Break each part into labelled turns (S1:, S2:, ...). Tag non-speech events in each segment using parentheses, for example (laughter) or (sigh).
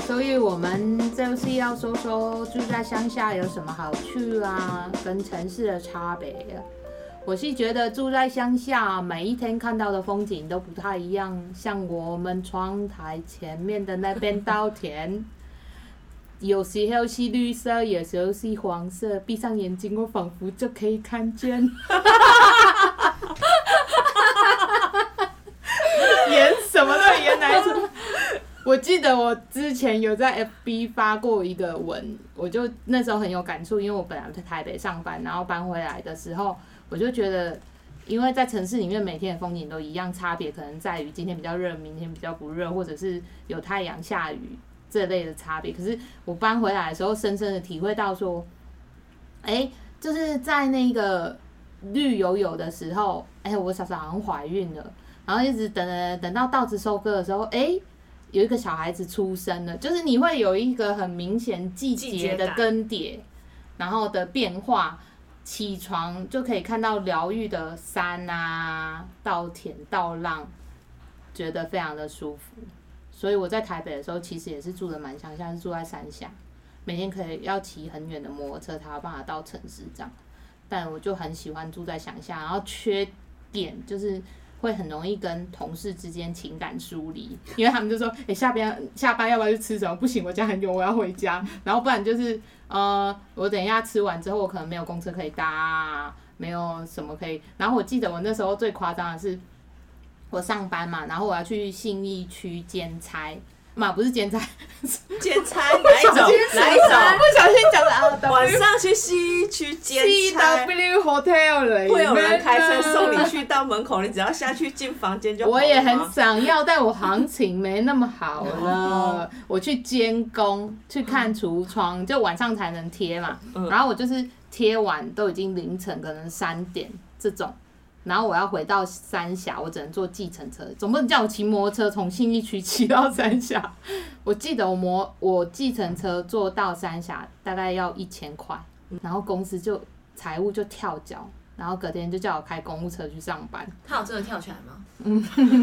S1: 所以我们就是要说说住在乡下有什么好处啊，跟城市的差别啊。我是觉得住在乡下，每一天看到的风景都不太一样。像我们窗台前面的那边稻田，
S2: (laughs)
S1: 有时候是绿色，有时候是黄色。闭上眼睛，我仿佛就可以看见。
S2: (laughs) 演什么都演来着。
S1: (laughs) 我记得我之前有在 FB 发过一个文，我就那时候很有感触，因为我本来在台北上班，然后搬回来的时候，我就觉得，因为在城市里面每天的风景都一样，差别可能在于今天比较热，明天比较不热，或者是有太阳下雨这类的差别。可是我搬回来的时候，深深的体会到说，哎、就是在那个绿油油的时候，哎、我嫂嫂好像怀孕了，然后一直等等等到稻子收割的时候，哎、有一个小孩子出生了，就是你会有一个很明显季
S2: 季节
S1: 节的
S2: 感
S1: 更迭，然后的变化。起床就可以看到疗愈的山啊、稻田、稻浪，觉得非常的舒服。所以我在台北的时候，其实也是住的蛮乡下，是住在山下，每天可以要骑很远的摩托车才有办法到城市这样。但我就很喜欢住在乡下，然后缺点就是会很容易跟同事之间情感疏离，因为他们就说，哎、下班下班要不要去吃什么？不行，我家很远，我要回家。然后不然就是，呃，我等一下吃完之后，我可能没有公车可以搭啊，没有什么可以。然后我记得我那时候最夸张的是，我上班嘛，然后我要去信义区兼差。嘛，不是兼差，
S2: 兼差来走来走，
S1: 不小心讲了啊，
S2: 晚上去西一区兼
S1: C
S2: 差，
S1: W Hotel 了，
S2: 会有人开车送你。去到门口，你只要下去进房间就好了吗。
S1: 我也很想要，但我行情没那么好
S2: (laughs)
S1: 了
S2: 哦。
S1: 我去监工，去看橱窗，就晚上才能贴嘛。
S2: 嗯
S1: 然后我就是贴完都已经凌晨，可能三点这种。然后我要回到三峡，我只能坐计程车，总不能叫我骑摩托车从信义区骑到三峡。 (laughs) 我记得我摩我计程车坐到三峡大概要一千块，然后公司就财务就跳脚，然后隔天就叫我开公务车去上班。
S3: 他有真的跳起来吗？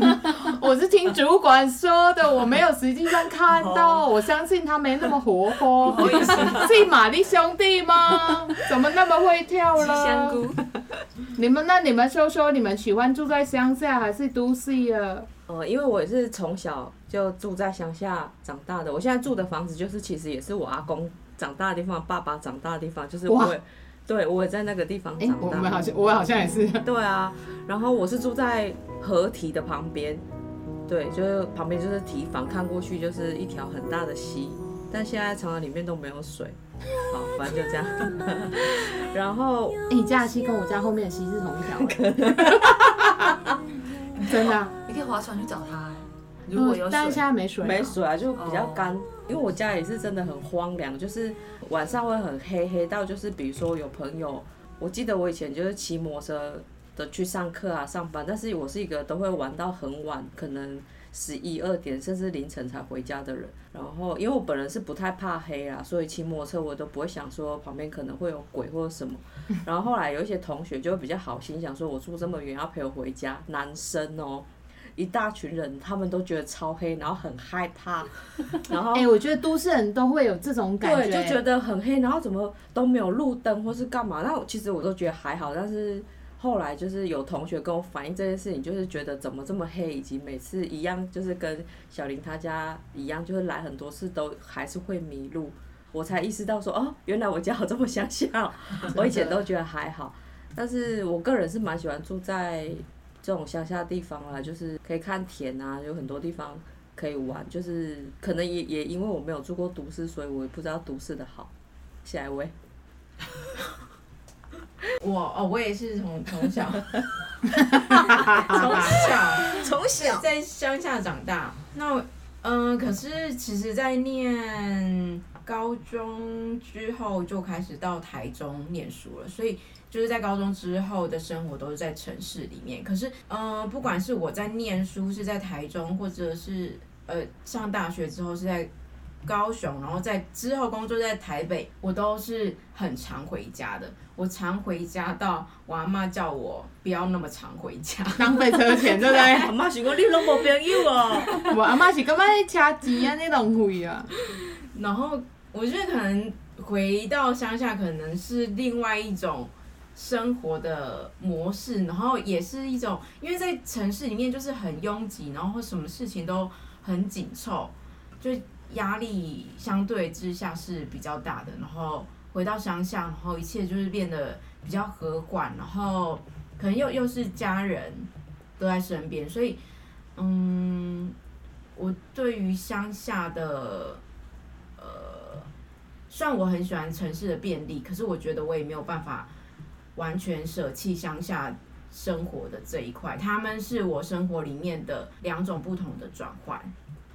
S1: (laughs) 我是听主管说的，我没有实际上看
S4: 哦
S1: 到，我相信他没那么活
S4: (laughs)
S1: 泼。 (laughs) 是玛丽兄弟吗？怎么那么会跳
S3: 吃香
S1: 了？
S3: 菇，
S1: 你们那你们说说，你们喜欢住在乡下还是都市啊？
S4: 呃，因为我也是从小就住在乡下长大的，我现在住的房子就是其实也是我阿公长大的地方，爸爸长大的地方，就是
S1: 哇
S4: 我也，对我也在那个地方
S1: 哎、
S4: 长
S1: 我
S4: 大。
S1: 们好像我好像也是。
S4: 对啊，然后我是住在河堤的旁边，对，就是旁边就是堤防，看过去就是一条很大的溪，但现在常常里面都没有水。好，反正就这样。然后
S1: 哎、你家的溪跟我家后面的溪是同一条、欸， (laughs) 真的啊、
S3: 你可以划船去找他、哎如果有
S1: 嗯
S3: 水
S1: 但，是现在没水、
S4: 没。水啊，就比较干。因为我家也是真的很荒凉，就是晚上会很黑，黑到就是比如说有朋友，我记得我以前就是骑摩托车的去上课啊、上班，但是我是一个都会玩到很晚，可能十一二点甚至凌晨才回家的人。然后因为我本人是不太怕黑啦，所以骑摩托车我都不会想说旁边可能会有鬼或者什么。然后后来有一些同学就会比较好心，想说我住这么远要陪我回家，男生哦、一大群人，他们都觉得超黑，然后很害怕，然后
S1: 哎、我觉得都市人都会有这种感
S4: 对
S1: 觉，
S4: 就觉得很黑，然后怎么都没有路灯或是干嘛。那我其实我都觉得还好，但是后来就是有同学跟我反映这件事情，就是觉得怎么这么黑，以及每次一样，就是跟小林他家一样，就是来很多次都还是会迷路。我才意识到说，哦，原来我家有这么乡
S1: (laughs)
S4: 下哦、我以前都觉得还好，但是我个人是蛮喜欢住在这种乡下地方啦，就是可以看田啊，有很多地方可以玩，就是可能也也因为我没有住过都市，所以我也不知道都市的好。下一位，
S5: 我哦，我也是从从小
S1: 啊
S5: 从小
S3: (laughs) 从小
S5: 在乡下长大。那我嗯，可是其实，在念高中之后就开始到台中念书了，所以就是在高中之后的生活都是在城市里面。可是嗯，不管呃是我在念书是在台中，或者是呃上大学之后是在高雄，然后在之后工作在台北，我都是很常回家的。我常回家到我阿妈叫我不要那么常回家，
S1: 浪费车钱，对不对？
S4: 哎阿 (laughs) 妈想讲你拢无朋友哦，
S1: 我阿妈是感觉咧车钱安尼浪费啊。
S5: 然后我觉得可能回到乡下，可能是另外一种生活的模式，然后也是一种，因为在城市里面就是很拥挤，然后什么事情都很紧凑，就压力相对之下是比较大的。然后回到乡下，然后一切就是变得比较和缓，然后可能又又是家人都在身边，所以嗯，我对于乡下的。虽然我很喜欢城市的便利，可是我觉得我也没有办法完全舍弃乡下生活的这一块，他们是我生活里面的两种不同的转换。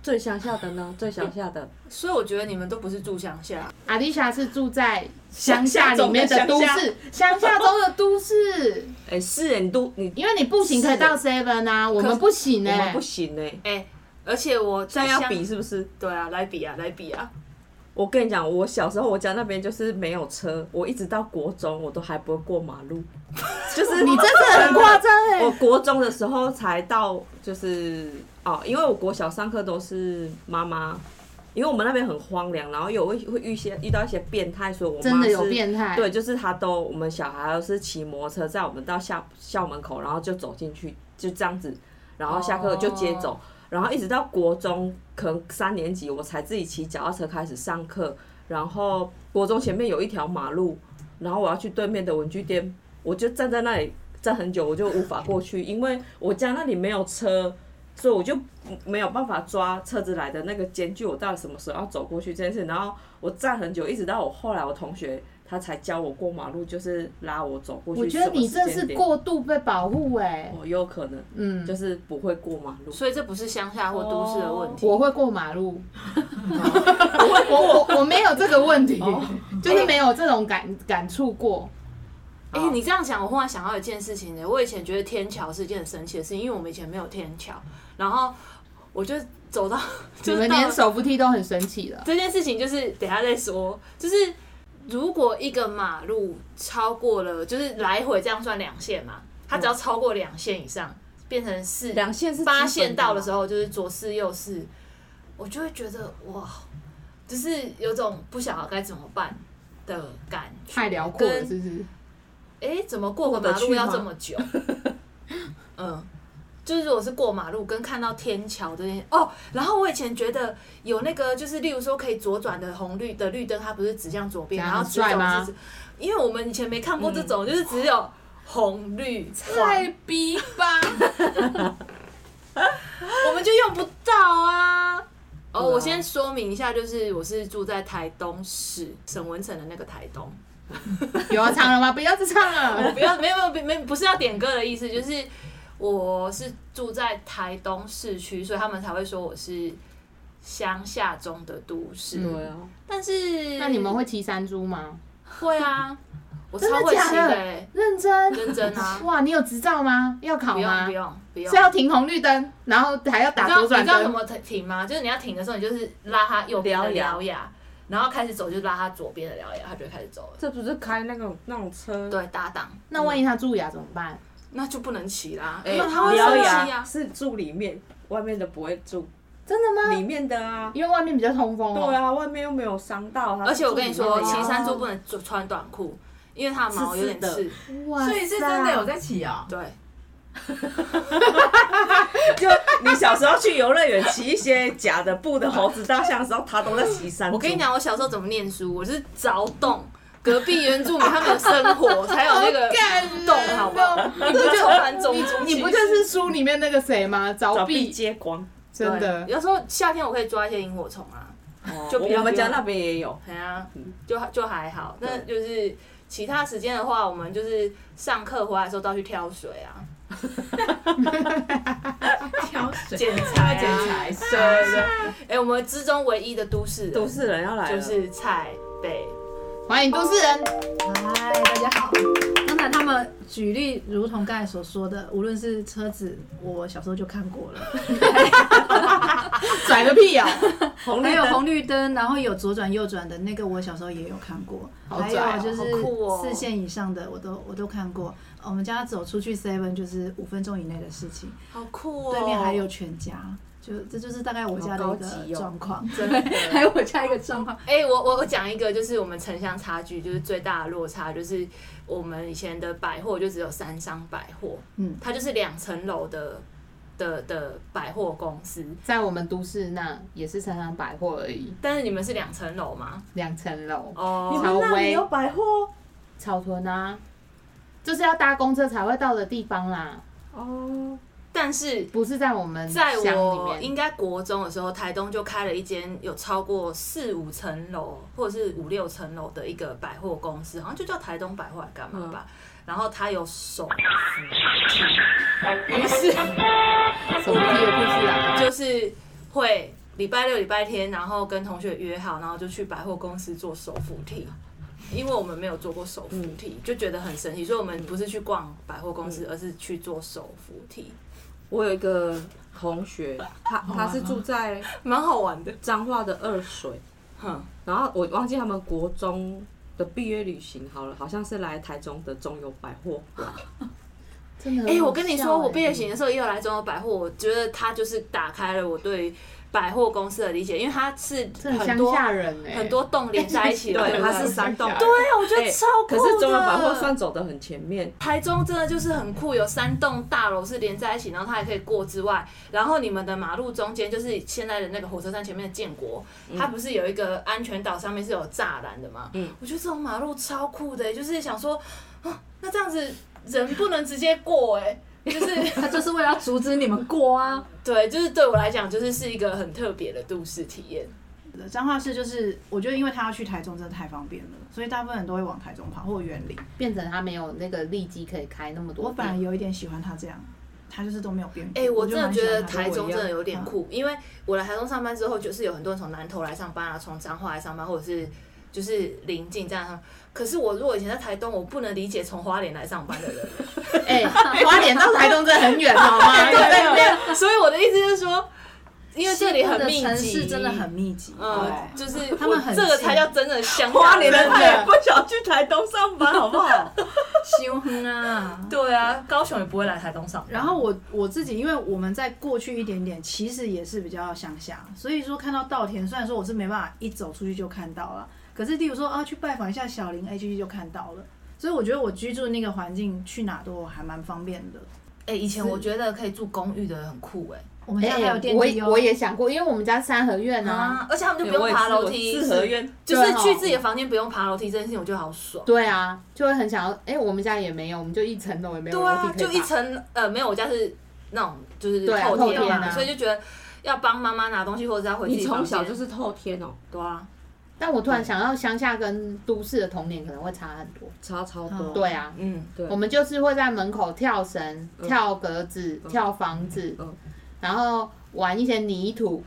S4: 最乡下的 (laughs) 呢？最乡下的，
S3: 所以我觉得你们都不是住乡下，
S1: 阿丽莎是住在乡下里面的都市，乡下中的都市，
S4: 哎、是哎，你都你
S1: 因为你步行可以到 Seven 啊，我们不行
S4: 我们
S1: 哎
S4: 不，行哎、
S3: 哎、而且我
S4: 现在要
S3: 乡
S4: 比是不是？
S3: 对啊，来比啊，来比啊，
S4: 我跟你讲，我小时候我家那边就是没有车，我一直到国中我都还不会过马
S1: (laughs)
S4: 路，就是
S1: 你真的很夸张哎。
S4: 我国中的时候才到，就是哦，因为我国小上课都是妈妈，因为我们那边很荒凉，然后有会会遇些遇到一些变态，所以我
S1: 真
S4: 妈
S1: 的
S4: 是
S1: 有变态，
S4: 对，就是他都我们小孩都是骑摩托车载我们到校校门口，然后就走进去，就这样子，然后下课就接走。然后一直到国中，可能三年级我才自己骑脚踏车开始上课。然后国中前面有一条马路，然后我要去对面的文具店，我就站在那里站很久，我就无法过去，因为我家那里没有车，所以我就没有办法抓车子来的那个间距，我到底什么时候要走过去这件事。然后我站很久，一直到我后来我同学他才教我过马路，就是拉我走过去。
S1: 我觉得你
S4: 什么
S1: 这
S4: 时间
S1: 是
S4: 点，哦
S1: 过度被保护哎。
S4: 我有可能
S1: 嗯，
S4: 就是不会过马路。
S3: 所以这不是乡下或都市的问题。
S1: 我会过马路， (laughs) 我我我我没有这个问题，就是没有这种感感触过。
S3: 哎、你这样讲，我忽然想到一件事情呢。我以前觉得天桥是一件很神奇的事情，因为我们以前没有天桥，然后我就
S1: (laughs)
S3: 走到，
S1: 你
S3: 就是
S1: 们
S3: 到
S1: 连手扶梯都很神奇了，
S3: 这件事情就是等一下再说。就是如果一个马路超过了，就是来回这样算两线嘛，它只要超过两线以上，变成四
S4: 两线是
S3: 八线道的时
S4: 候，
S3: 候，就是左四右四，我就会觉得哇，就是有种不晓得该怎么办的感觉。
S1: 太辽阔了，
S3: 跟
S1: 是不是？
S3: 哎，怎么过个马路要这么久？嗯，就是如果是过马路跟看到天桥这件哦，然后我以前觉得有那个就是例如说可以左转的红绿的绿灯，它不是指向左边，
S1: 这样
S3: 然后
S1: 很
S3: 直
S1: 帅
S3: 走
S1: 吗嗯
S3: 是指，因为我们以前没看过这种，就是只有红绿黄，
S1: 太逼吧！
S3: 我们就用不到啊。哦，我先说明一下，就是我是住在台东市沈文成的那个台东，
S1: (laughs) 有要唱了吗？不要再唱
S3: 我
S1: 了。
S3: 不要，没有没有没有，不是要点歌的意思，就是我是住在台东市区，所以他们才会说我是乡下中的都市。
S1: 嗯
S4: 对啊，
S3: 但是
S1: 那你们会骑山猪吗？
S3: 会啊？我
S1: 真的
S3: 超会骑
S1: 假的
S3: 欸
S1: 认真，
S3: 认真
S1: (laughs)
S3: 啊！
S1: 哇，你有执照吗？要考
S3: 不用
S1: 吗
S3: 不？用不用
S1: 是。要停红绿灯，然后还要
S3: 你
S1: 打
S3: 知道
S1: 左
S3: 你
S1: 转
S3: 知道怎
S1: 灯。
S3: 么停吗？就是你要停的时候，你就是拉他右边的
S4: 獠牙
S3: 獠牙，然后开始走就拉他左边的獠牙，他就会开始走了。
S4: 这不是开那种那种车，
S3: 对，搭档
S1: 那万一他蛀牙怎么办？
S3: 那就不能骑啦，
S4: 哎，
S3: 因为他
S4: 獠
S3: 会生气
S4: 牙
S3: 啊。
S4: 是住里面，外面的不会住，
S1: 真的吗？
S4: 里面的啊，
S1: 因为外面比较通风
S4: 对
S1: 哦。
S4: 啊，外面又没有伤到它
S3: 而且我跟你说，
S4: 住里面
S3: 骑
S4: 的啊
S3: 山猪不能穿穿短裤，因为它的毛有点
S4: 刺
S3: 刺。
S1: 哇
S5: 所以是真的有在骑啊、
S3: 对，
S4: 就你小时候去游乐园骑一些假的布的猴子大象的时候，他都在骑山。
S3: 我跟你，讲，我小时候怎么念书，我是凿洞。隔壁原住民他们有生活，才有那个
S1: 哦
S3: 洞，好不好？你不就传种族
S1: 你
S3: 歧
S1: 不
S3: 视
S1: 就是书里面那个谁吗？
S4: 找
S1: 凿
S4: 壁
S1: 壁，
S4: 接光。
S1: 真的
S3: 对。有时候夏天我可以抓一些萤火虫啊，就
S4: 我
S3: 不要
S4: 我们家那边也有，
S3: 哎呀，就就还好。那就是其他时间的话，我们就是上课回来的时候都要去挑水啊，
S5: 挑水、
S3: 剪裁啊
S5: 剪裁、
S3: 对对对。哎，我们之中唯一的都市人
S4: 都市人要来了，
S3: 就是蔡北。
S1: 欢迎都市人。
S3: 嗨，大家好。
S1: 刚才
S6: 然他们举例，如同刚才所说的，无论是车子，我小时候就看过了，
S1: 拽个屁哦呀、
S2: 红
S6: 还
S2: 绿
S6: 有
S2: 灯
S6: 红绿灯，然后有左转右转的那个，我小时候也有看过，
S1: 好
S6: 还
S1: 拽哦
S6: 有就是
S3: 好酷哦
S6: 四线以上的，我都我都看过。我们家走出去 seven 就是五分钟以内的事情，
S3: 好酷哦！
S6: 对面还有全家，就这就是大概我家的
S4: 好
S6: 一
S4: 高级哦
S6: 个状况，
S3: 真的。
S6: (laughs) 还有我家一个状况。
S3: 哎、我我我讲一个，就是我们城乡差距，就是最大的落差，就是我们以前的百货就只有三商百货，
S6: 嗯，
S3: 它就是两层楼的的的百货公司，
S1: 在我们都市那也是三商百货而已，
S3: 但是你们是两层楼吗？
S1: 两层楼，
S4: 你
S3: 哦，
S1: 超
S4: 们那
S1: 威
S4: 里有百货
S1: 草屯啊，就是要搭公车才会到的地方啦，
S4: 哦，
S3: 但是
S1: 不是在我们乡
S3: 在我
S1: 里面。
S3: 应该国中的时候，台东就开了一间有超过四五层楼或者是五六层楼的一个百货公司，好像就叫台东百货还干嘛吧。
S1: 嗯
S3: 然后它有手扶梯，于是
S1: 手机也不是啊，
S3: 就是会礼拜六、礼拜天，然后跟同学约好，然后就去百货公司做手扶梯。因为我们没有做过手扶梯，
S1: 嗯
S3: 就觉得很神奇，所以我们不是去逛百货公司，而是去做手扶梯，
S4: 我有一个同学，他他是住在
S3: 蛮好玩的。
S4: 彰化的二水，
S3: 哼，
S4: 然后我忘记他们国中的毕业旅行好了，好像是来台中的中友百货馆，
S1: 真的很好笑
S3: 哎、
S1: 欸。
S4: 嗯
S3: 我跟你说，我毕业行的时候也有来中国百货，我觉得它就是打开了我对百货公司的理解，因为它是
S1: 这很
S3: 很
S1: 乡
S3: 多
S1: 下人哎、
S3: 很多栋连在一起的，
S4: 欸对，
S3: 不
S4: 它是山洞，
S1: 对
S3: 对，我觉得
S4: 哎
S3: 超酷
S4: 可
S3: 的。
S4: 是中友百货算走得很前面，
S3: 台中真的就是很酷，有三栋大楼是连在一起，然后它还可以过之外，然后你们的马路中间就是现在的那个火车站前面的建国，它不是有一个安全岛上面是有栅栏的吗？
S4: 嗯
S3: 我觉得这种马路超酷的、欸就是想说，啊，那这样子人不能直接过哎、就是。
S6: 他就是为了要阻止你们过啊。
S3: 对，就是对我来讲，就是是一个很特别的都市体验。
S6: 彰化市就是，我觉得因为他要去台中真的太方便了，所以大部分人都会往台中跑或远离。
S1: 变成他没有那个利基可以开那么多
S6: 我
S1: 店。
S6: 反而有一点喜欢他这样，他就是都没有变过。
S3: 哎、我真的觉得
S6: 就蛮
S3: 台
S6: 喜欢
S3: 中
S6: 他
S3: 真的有点酷，因为我来台中上班之后，就是有很多人从南投来上班啊，从彰化来上班，或者是就是临近这样上。可是我如果以前在台东，我不能理解从花莲来上班的人，
S1: 哎、花莲到台东真的很远，好吗？
S3: 对对对。 (laughs) 所以我的意思就是说，因为这里很密
S6: 西部的城
S3: 集，
S6: 市真的很密集。
S3: 呃，就
S6: 对，
S3: 是
S6: 他们
S3: 我
S6: 很
S3: 这个
S6: 近
S3: 才叫真的乡下
S2: 花莲的
S3: 人
S2: 他也不想去台东上班，好不好？
S6: 修哼啊。
S3: 对啊，高雄也不会来台东上班。
S6: 然后我我自己，因为我们在过去一点点，其实也是比较乡下，所以说看到稻田，虽然说我是没办法一走出去就看到了，可是例如说啊，去拜访一下小林 A 区就看到了。所以我觉得我居住那个环境去哪都还蛮方便的。
S3: 哎、以前我觉得可以住公寓的人很酷哎、
S6: 我们现在还有电
S1: 我
S6: 梯
S1: 也
S6: 哦、
S1: 我也想过，因为我们家三合院啊。
S3: 啊，而且他们就不用爬楼梯，
S2: 四合院，
S3: 就是去自己的房间不用爬楼梯这件事情，我觉得好爽。
S1: 对啊，就会很想要。哎、我们家也没有，我们就一层楼也没有
S3: 对
S1: 楼梯可
S3: 啊，
S1: 以
S3: 就一
S1: 爬
S3: 层呃，没有，我家是那种就是
S1: 对啊
S3: 透
S1: 透
S3: 天
S1: 天
S3: 嘛，
S1: 啊
S3: 所以就觉得要帮妈妈拿东西，或者是要回自
S4: 你
S3: 己
S4: 从
S3: 房
S4: 小
S3: 间。
S4: 就是透天哦，
S3: 对啊，
S1: 但我突然想到，乡下跟都市的童年可能会差很多。
S4: 差超
S6: 嗯
S4: 多，
S1: 对啊，
S3: 嗯，
S4: 对
S1: 我们就是会在门口跳绳、
S4: 嗯
S1: 跳格子、
S4: 嗯
S1: 跳房子
S4: 嗯，
S1: 然后玩一些泥土。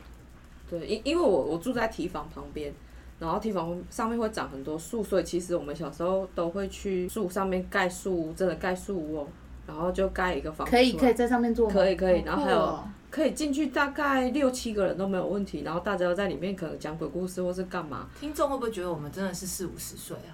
S4: 对，因因为我我住在堤防旁边，然后堤防上面会长很多树，所以其实我们小时候都会去树上面盖树屋，真的盖树屋、哦，然后就盖一个房子出
S1: 可
S4: 来，
S1: 以可以在上面做
S4: 哦
S1: 吗？
S4: 可以可以，然后
S6: 好酷
S4: 还有
S6: 哦
S4: 可以进去大概六七个人都没有问题，然后大家都在里面可能讲鬼故事或是干嘛，
S3: 听众会不会觉得我们真的是四五十岁啊，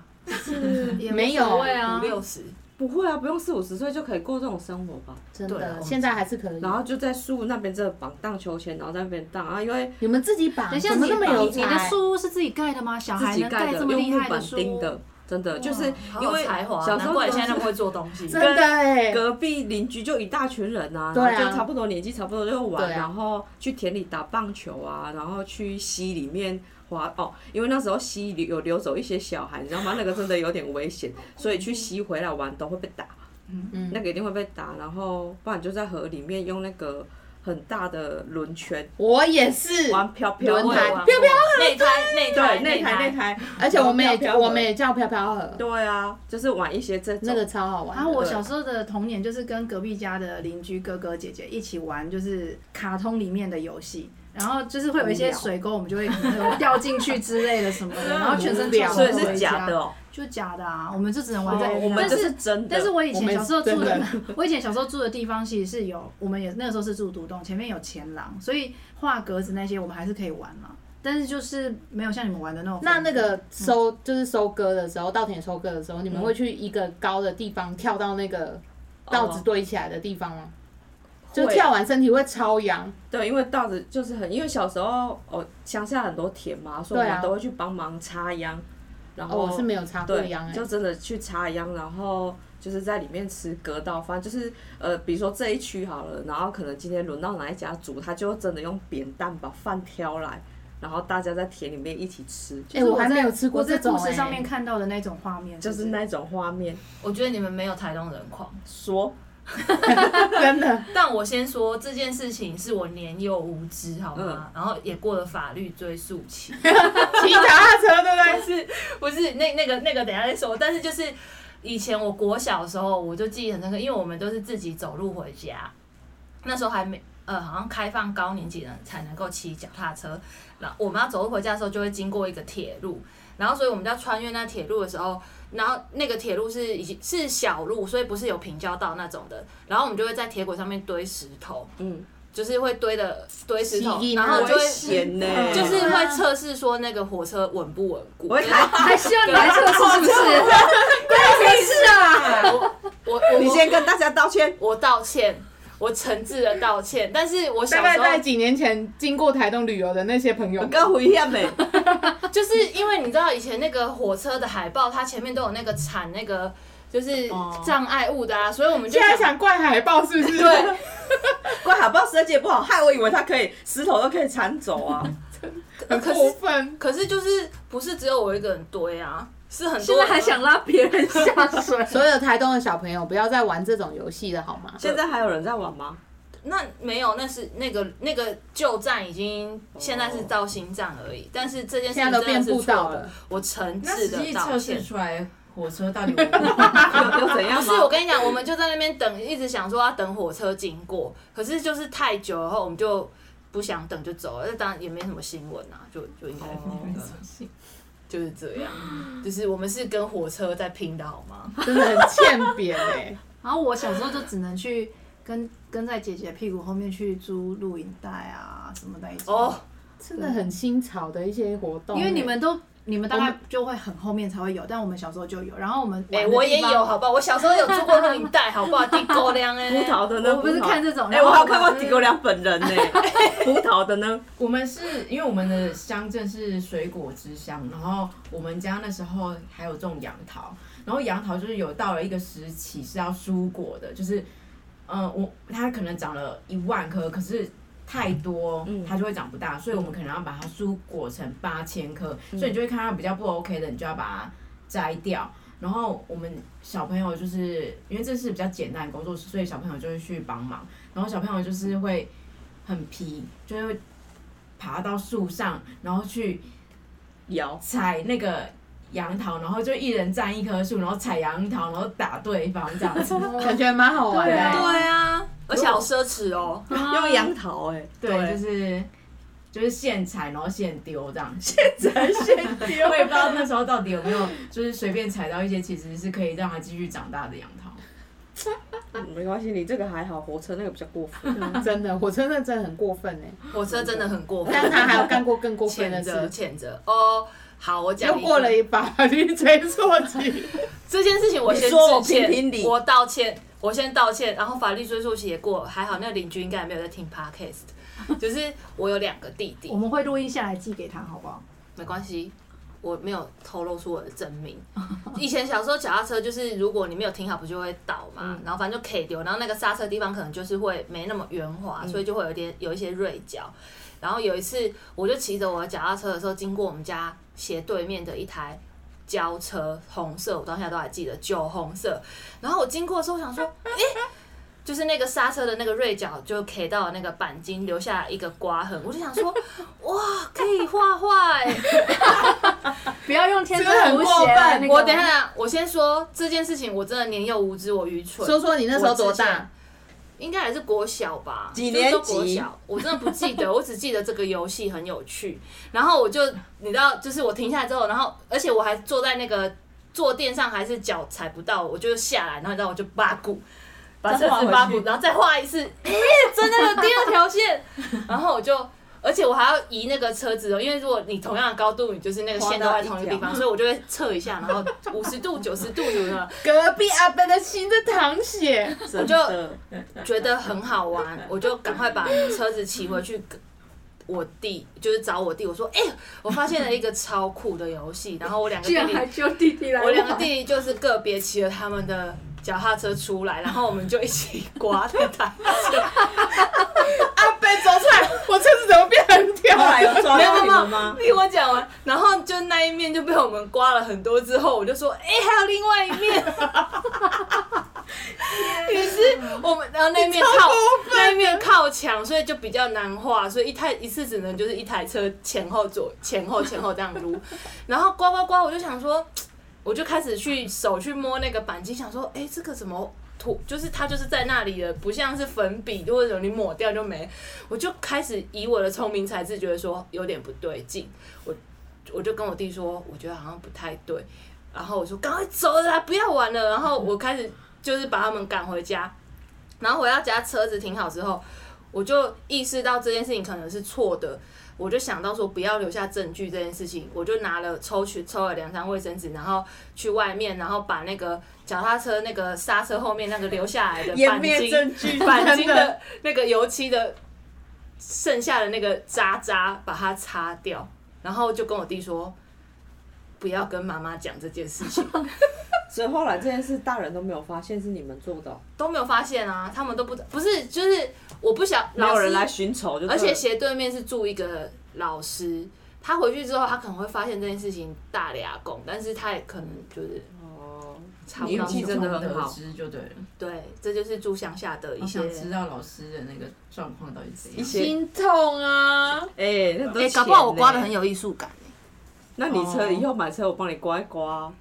S6: 也无
S1: 没有
S6: 所谓啊
S3: 五，六十？
S4: 不会啊，不用四五十岁就可以过这种生活吧。
S1: 真
S3: 对啊
S1: 的，现在还是可以。
S4: 哦然后就在树那边这绑荡秋千，然后在那边荡啊，因为
S1: 你们自己绑，
S6: 等一下，
S1: 怎么
S6: 你
S1: 那么有
S6: 你的
S1: 才？
S6: 书屋是自己盖的吗？小
S4: 自
S6: 孩
S4: 己
S6: 能
S4: 盖的
S6: 这么
S4: 用
S6: 厉
S4: 木
S6: 害
S4: 板
S6: 书
S4: 钉
S6: 屋？
S4: 的，真的就是
S3: 好
S4: 因
S3: 有
S4: 为
S3: 才华，
S4: 小时
S3: 难
S4: 候
S3: 怪你
S4: 都
S3: 现在那
S4: 是
S3: 么会做东西。
S1: 真的哎，
S4: 隔壁邻居就一大群人啊，
S1: 对啊
S4: 然后就差不多年纪差不多就玩，
S1: 对啊
S4: 然后去田里打棒球啊，然后去溪里面滑哦，因为那时候溪里有流走一些小孩，你知道吗？那个真的有点危险，所以去溪回来玩都会被打，
S1: 嗯
S4: 那个一定会被打，然后不然就在河里面用那个很大的轮圈
S1: 我也是，
S4: 玩飘飘
S1: 轮
S4: 对
S1: 胎
S3: 玩
S1: 飘飘，
S3: 啊内胎内胎
S4: 对，那台那台，
S1: 而且我们
S4: 玩
S1: 也
S4: 飘飘
S1: 我们也叫飘飘河，
S4: 对啊，就是玩一些这种
S1: 那个超好玩
S6: 然
S1: 的。
S6: 后我小时候的童年就是跟隔壁家的邻居哥哥姐姐一起玩，就是卡通里面的游戏，然后就是会有一
S4: 无
S6: 些
S4: 聊 (laughs)
S6: 水沟，我们就会可能有掉进去之类的什么的，然后全身
S1: 无聊
S6: 臭
S4: 所以
S6: 臭回
S4: 是假
S6: 家
S4: 的哦，哦
S6: 就假的啊，我们就只能玩在。
S4: 我们
S6: 但
S4: 这
S6: 是
S4: 是真的，
S6: 但是我以前小时候住
S1: 我
S6: 的
S1: 们，
S6: 我以前小时候住的地方其实是有，我们也那个时候是住独栋，前面有前廊，所以画格子那些我们还是可以玩嘛。但是就是没有像你们玩的那种。
S1: 那那个收、就是收割的时候，稻田收割的时
S4: 嗯
S1: 候，你们会去一个高的地方跳到那个稻子堆起来的地方吗？就
S4: 哦会
S1: 跳完身体会超痒，
S4: 对，因为稻子就是很，因为小时候哦，乡下很多田嘛，所以我
S1: 对啊
S4: 们都会去帮忙插秧，然
S1: 哦，
S4: 后、
S1: 我是没有插过
S4: 对
S1: 秧哎、
S4: 就真的去插秧，然后就是在里面吃割稻饭，就是呃，比如说这一区好了，然后可能今天轮到哪一家煮，他就真的用扁担把饭挑来，然后大家在田里面一起吃，
S1: 哎、我还没有吃过
S6: 我在
S1: 这种、
S6: 故
S1: 欸。
S6: 事上面看到的那种画面，
S4: 就是那种画面。
S3: 我觉得你们没有台东人狂。
S4: 说
S1: (laughs) 真的，
S3: 但我先说这件事情是我年幼无知，好吗？然后也过了法律追溯
S1: (laughs)
S3: 期，
S1: 骑脚踏车对不对？
S3: 不是那那个那个等一下再说。但是就是以前我国小的时候，我就记忆很深刻，因为我们都是自己走路回家，那时候还没呃，好像开放高年级人才能够骑脚踏车。然后我们要走路回家的时候，就会经过一个铁路，然后所以我们就要穿越那铁路的时候，然后那个铁路是已经是小路，所以不是有平交道那种的，然后我们就会在铁轨上面堆石头。
S4: 嗯，
S3: 就是会堆的堆石头
S1: 洗衣，
S3: 然
S1: 啊
S3: 后就
S4: 危
S3: 会
S4: 险呢、
S3: 就是会测试说那个火车稳不稳固。
S4: 我会开，
S6: 还需啊要你来测试是不是？
S3: 我我
S4: (laughs) 你
S3: 我
S4: 先跟大家道歉。
S3: 我道歉，我诚挚的道歉。但是我
S1: 大
S3: 小
S1: 概
S3: 时
S1: 在
S3: 候
S1: 几年前经过台东旅游的那些朋友们，
S4: 跟回一没？
S3: 就是因为你知道以前那个火车的海报，它前面都有那个铲那个就是障碍物的啊，所以我们就
S1: 哦现在想怪海豹是不是？ (laughs) 对，
S4: (laughs) 怪好不好，设计不好，害我以为他可以石头都可以铲走啊！
S1: 很
S3: 可
S1: 过
S3: 是
S1: 分。
S3: 可是就是不是只有我一个人堆啊，是很
S4: 现
S3: (laughs)
S4: 在
S3: 多人啊
S4: 还想拉别人下水？
S1: 所有台东的小朋友，不要再玩这种游戏了，好吗？
S4: 现在还有人在玩吗？
S3: 那没有，那是那个那个旧站已经现在是到新站而已，但是这件事
S1: 现在都
S3: 真的
S1: 变
S3: 是
S1: 步
S3: 错
S1: 道
S3: 了
S1: 了，
S3: 我诚
S5: (laughs) 那
S3: 挚
S5: 实际
S3: 的
S5: 测
S3: 道
S5: 试
S3: 歉。
S5: 出来火车到底有没有
S4: 有有怎样
S3: 不
S4: 吗
S3: 是，？我跟你讲，我们就在那边等，一直想说要等火车经过，可是就是太久了后，我们就不想等就走了。那当然也没什么新闻啊，就就应该、就是这样，就是我们是跟火车在拼的好吗？
S1: (laughs) 真的很欠扁哎、
S6: (laughs)
S1: (laughs)
S6: 然后我小时候就只能去跟跟在姐姐屁股后面去租录影带啊什么那一种。
S3: 哦，
S1: 真的很新潮的一些活动欸、
S6: 因为你们都你们大
S1: 我
S6: 概
S1: 们
S6: 就会很后面才会有，但我们小时候就有。然后我们
S3: 哎、
S6: 玩的
S3: 我也
S6: 地方
S3: 有，好不好？我小时候有做过录影带，好不好？地沟粮哎，
S4: 葡萄的呢？
S6: 我不是
S4: 葡萄
S6: 看这种
S4: 哎，
S6: 然后
S4: 我还有
S6: 我
S4: 看过提狗粮本人呢。葡萄的呢？
S5: 我们是因为我们的乡镇是水果之乡，然后我们家那时候还有种杨桃，然后杨桃就是有到了一个时期是要蔬果的，就是，嗯、我它可能长了一万颗，可是太多
S4: 嗯
S5: 它就会长不大，所以我们可能要把它蔬果成八千颗，所以你就会看到比较不 OK 的，你就要把它摘掉。然后我们小朋友就是因为这是比较简单的工作，所以小朋友就会去帮忙。然后小朋友就是会很皮，就会爬到树上，然后去
S4: 摇，
S5: 采那个杨桃，然后就一人占一棵树，然后采杨桃，然后打对方
S2: (laughs)
S5: 这样子。
S1: 哦感觉蛮好玩的、
S6: 对啊
S3: 对啊，而且好奢侈哦。
S4: 用杨桃哎，
S5: 对，就是就是现采，然后现丢这样。现采现
S2: (laughs)
S5: 丢，我也不知道那时候到底有没有就是随便采到一些其实是可以让它继续长大的杨桃。
S4: 嗯没关系，你这个还好，火车那个比较过分。
S1: 真的，火车那真的很过分哎、
S3: 火车真的很过分，
S1: 但他还有干过更过分
S3: 谴
S1: 的
S3: 责
S1: 事，
S3: 谴责哦。好，我讲
S1: 又
S3: 一个
S1: 过了一把法律追溯 (laughs) 期。
S3: 这件事情，我先
S4: 你说我
S3: 致歉，
S4: 评评理
S3: 我道歉，我先道歉。然后法律追溯期也过了，还好那个邻居应该也没有在听 podcast。就是我有两个弟弟
S6: 我，们会录音下来寄给他，好不好？
S3: 没关系，我没有透露出我的真名。 (laughs) 以前小时候脚踏车就是，如果你没有停好，不就会倒嘛，然后反正就 K 丢，然后那个刹车地方可能就是会没那么圆滑，所以就会有点有一些锐角。然后有一次，我就骑着我的脚踏车的时候，经过我们家斜对面的一台轿车，红色，我到现在都还记得，酒红色。然后我经过的时候，我想说，诶，就是那个刹车的那个锐角就 K 到了那个钣金，留下一个刮痕。我就想说，哇，可以画画哎、
S6: 不要用天
S1: 真的
S6: 真
S1: 很过
S6: 无邪
S1: 分
S6: 啊。那个
S3: 我等一下，我先说这件事情，我真的年幼无知，我愚蠢。
S1: 说说你那时候多大？
S3: 应该还是国小吧，
S4: 几
S3: 就是说
S4: 年级
S3: 国小，我真的不记得，我只记得这个游戏很有趣。然后我就你知道，就是我停下来之后，然后而且我还坐在那个。坐垫上还是脚踩不到，我就下来，然后你知道我就八股，把
S4: 再
S3: 车
S4: 画回
S3: 子
S4: 去
S3: 八股，然后再画一次，哎、真的有第二条线，然后我就。而且我还要移那个车子哦，因为如果你同样的高度，你就是那个线都在同一个地方，所以我就会测一下，然后五十度、九十度什么
S4: (laughs)
S3: 的，
S1: 隔壁阿伯的心在淌血， (laughs)
S3: 我就觉得很好
S6: (laughs)
S3: 玩，我就赶快把车子骑回去跟我弟，就是找我弟，我说：“哎、我发现了一个超酷的游戏。”然后我两个
S6: 居
S3: 弟
S6: 然
S3: 弟，
S6: 还揪弟弟来
S3: 我两个
S6: 玩
S3: 弟弟就是个别骑了他们的脚踏车出来，然后我们就一起刮那台。
S1: 阿伯走出来， (laughs) 我车子怎么变很啊
S2: 后来有
S1: 跳？
S2: 抓
S3: 没有
S2: 到你
S3: 没有
S2: 们吗？
S3: 听我讲完，然后就那一面就被我们刮了很多之后，我就说，哎、还有另外一面。于是我们，然后那面靠那面靠墙，所以就比较难画，所以一台一次只能就是一台车前后左前后前后这样撸，然后刮刮刮，我就想说，我就开始去手去摸那个钣金，想说，哎、这个怎么涂？就是它就是在那里的，不像是粉笔或者你抹掉就没。我就开始以我的聪明才智，觉得说有点不对劲。我我就跟我弟说，我觉得好像不太对。然后我说赶快走啦，不要玩了。然后我开始就是把他们赶回家。然后回到家，车子停好之后，我就意识到这件事情可能是错的，我就想到说不要留下证据这件事情，我就拿了抽取抽了两张卫生纸，然后去外面，然后把那个脚踏车那个刹车后面那个留下来的
S1: 湮
S3: 钣
S1: 灭
S3: 金，
S1: 证 (laughs) 据，
S3: 钣
S1: 真
S3: 金
S1: 的。
S3: 的那个油漆的剩下的那个渣渣，把它擦掉，然后就跟我弟说，不要跟妈妈讲这件事情，
S4: 所以后来这件事大人都没有发现是你们做的哦，
S3: 都没有发现啊，他们都不不是，就是我不想
S4: 没
S3: 老
S4: 有
S3: 师
S4: 人来寻仇就对了，
S3: 而且斜对面是住一个老师，他回去之后，他可能会发现这件事情大俩拱，但是他也可能就是
S4: 哦，
S3: 查不
S4: 你运
S3: 到
S4: 气
S3: 什
S4: 真
S3: 么。
S4: 的很
S5: 得
S4: 好，
S5: 知就对了。
S3: 对，这就是住乡下的一
S5: 我
S3: 些
S5: 想。知道老师的那个状况到底是怎
S4: 一
S5: 样。
S4: 些
S1: 心痛啊！
S4: 哎，那
S3: 哎、
S4: 都
S3: 搞不好我刮的
S4: 钱呢
S3: 很有艺术感、
S4: 那你车以后买车，我帮你刮一刮。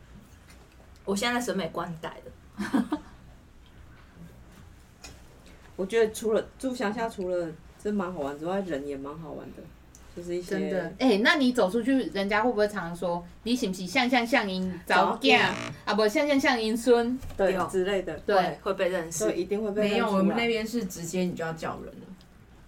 S3: 我现在审美观改的。
S4: 我觉得除了住乡下，除了真蛮好玩之外，人也蛮好玩的，就是一些
S1: 真的，哎、那你走出去，人家会不会常说你是不是像像像因早
S4: 早
S1: 嫁啊？不，像像像因孙？
S3: 有
S4: 对之类的，
S1: 对，
S3: 会被认
S4: 所
S3: 识。
S4: 以一定会被
S2: 啊
S5: 没有，
S4: 认出
S5: 我们
S4: 来
S5: 那边是直接你就要叫人了，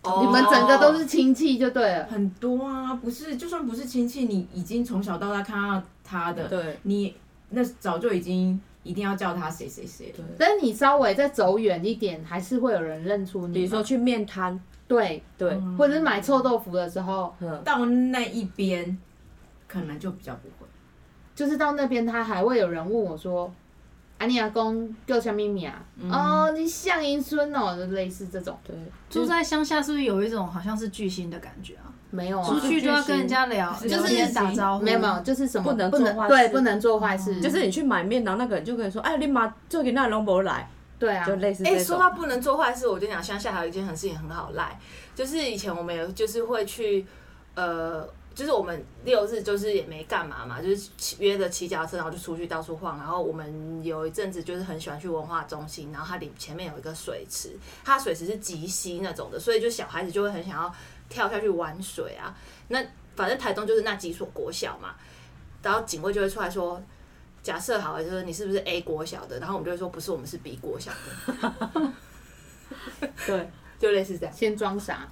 S3: 哦
S1: 你们整个都是亲戚就对了。
S5: 很多啊，不是，就算不是亲戚，你已经从小到大看到他的，
S4: 对
S5: 你那早就已经一定要叫他谁谁谁了。
S1: 但是你稍微再走远一点，还是会有人认出你。
S4: 比如说，去面摊，
S1: 对，
S4: 对，
S1: 或者是买臭豆腐的时候，
S4: 嗯，
S5: 到那一边，可能就比较不会。
S1: 就是到那边他还会有人问我说：“啊，你阿公叫什么名？
S5: 嗯
S1: 哦，你像因孙哦，就类似这种。
S4: 对，
S6: (laughs) 住在乡下是不是有一种好像是巨星的感觉啊？”
S1: 没有啊，
S6: 出去就要跟人家聊，
S5: 是
S6: 聊天打招呼，
S1: 没有没有，就是什么
S4: 不能
S1: 不
S4: 做
S1: 能
S4: 坏
S1: 对
S4: 事嗯
S1: 不能做坏事，
S4: 就是你去买面，然后那个人就跟你说，哎，你妈最近那龙伯来，
S1: 对啊
S4: 就，类似
S3: 哎、
S4: 这
S3: 说
S4: 种。
S3: 到不能做坏事，我就讲乡下还有一件很事情很好赖，就是以前我们有就是会去，呃，就是我们六日就是也没干嘛嘛，就是骑约着骑脚踏车，然后就出去到处晃。然后我们有一阵子就是很喜欢去文化中心，然后它里前面有一个水池，它的水池是极溪那种的，所以就小孩子就会很想要跳下去玩水啊。那反正台东就是那几所国小嘛，然后警卫就会出来说。假设好了，就是你是不是 A 国小的？然后我们就会说不是，我们是 B 国小的。 (laughs)
S4: 对，
S3: 就类似这样。
S1: 先装傻。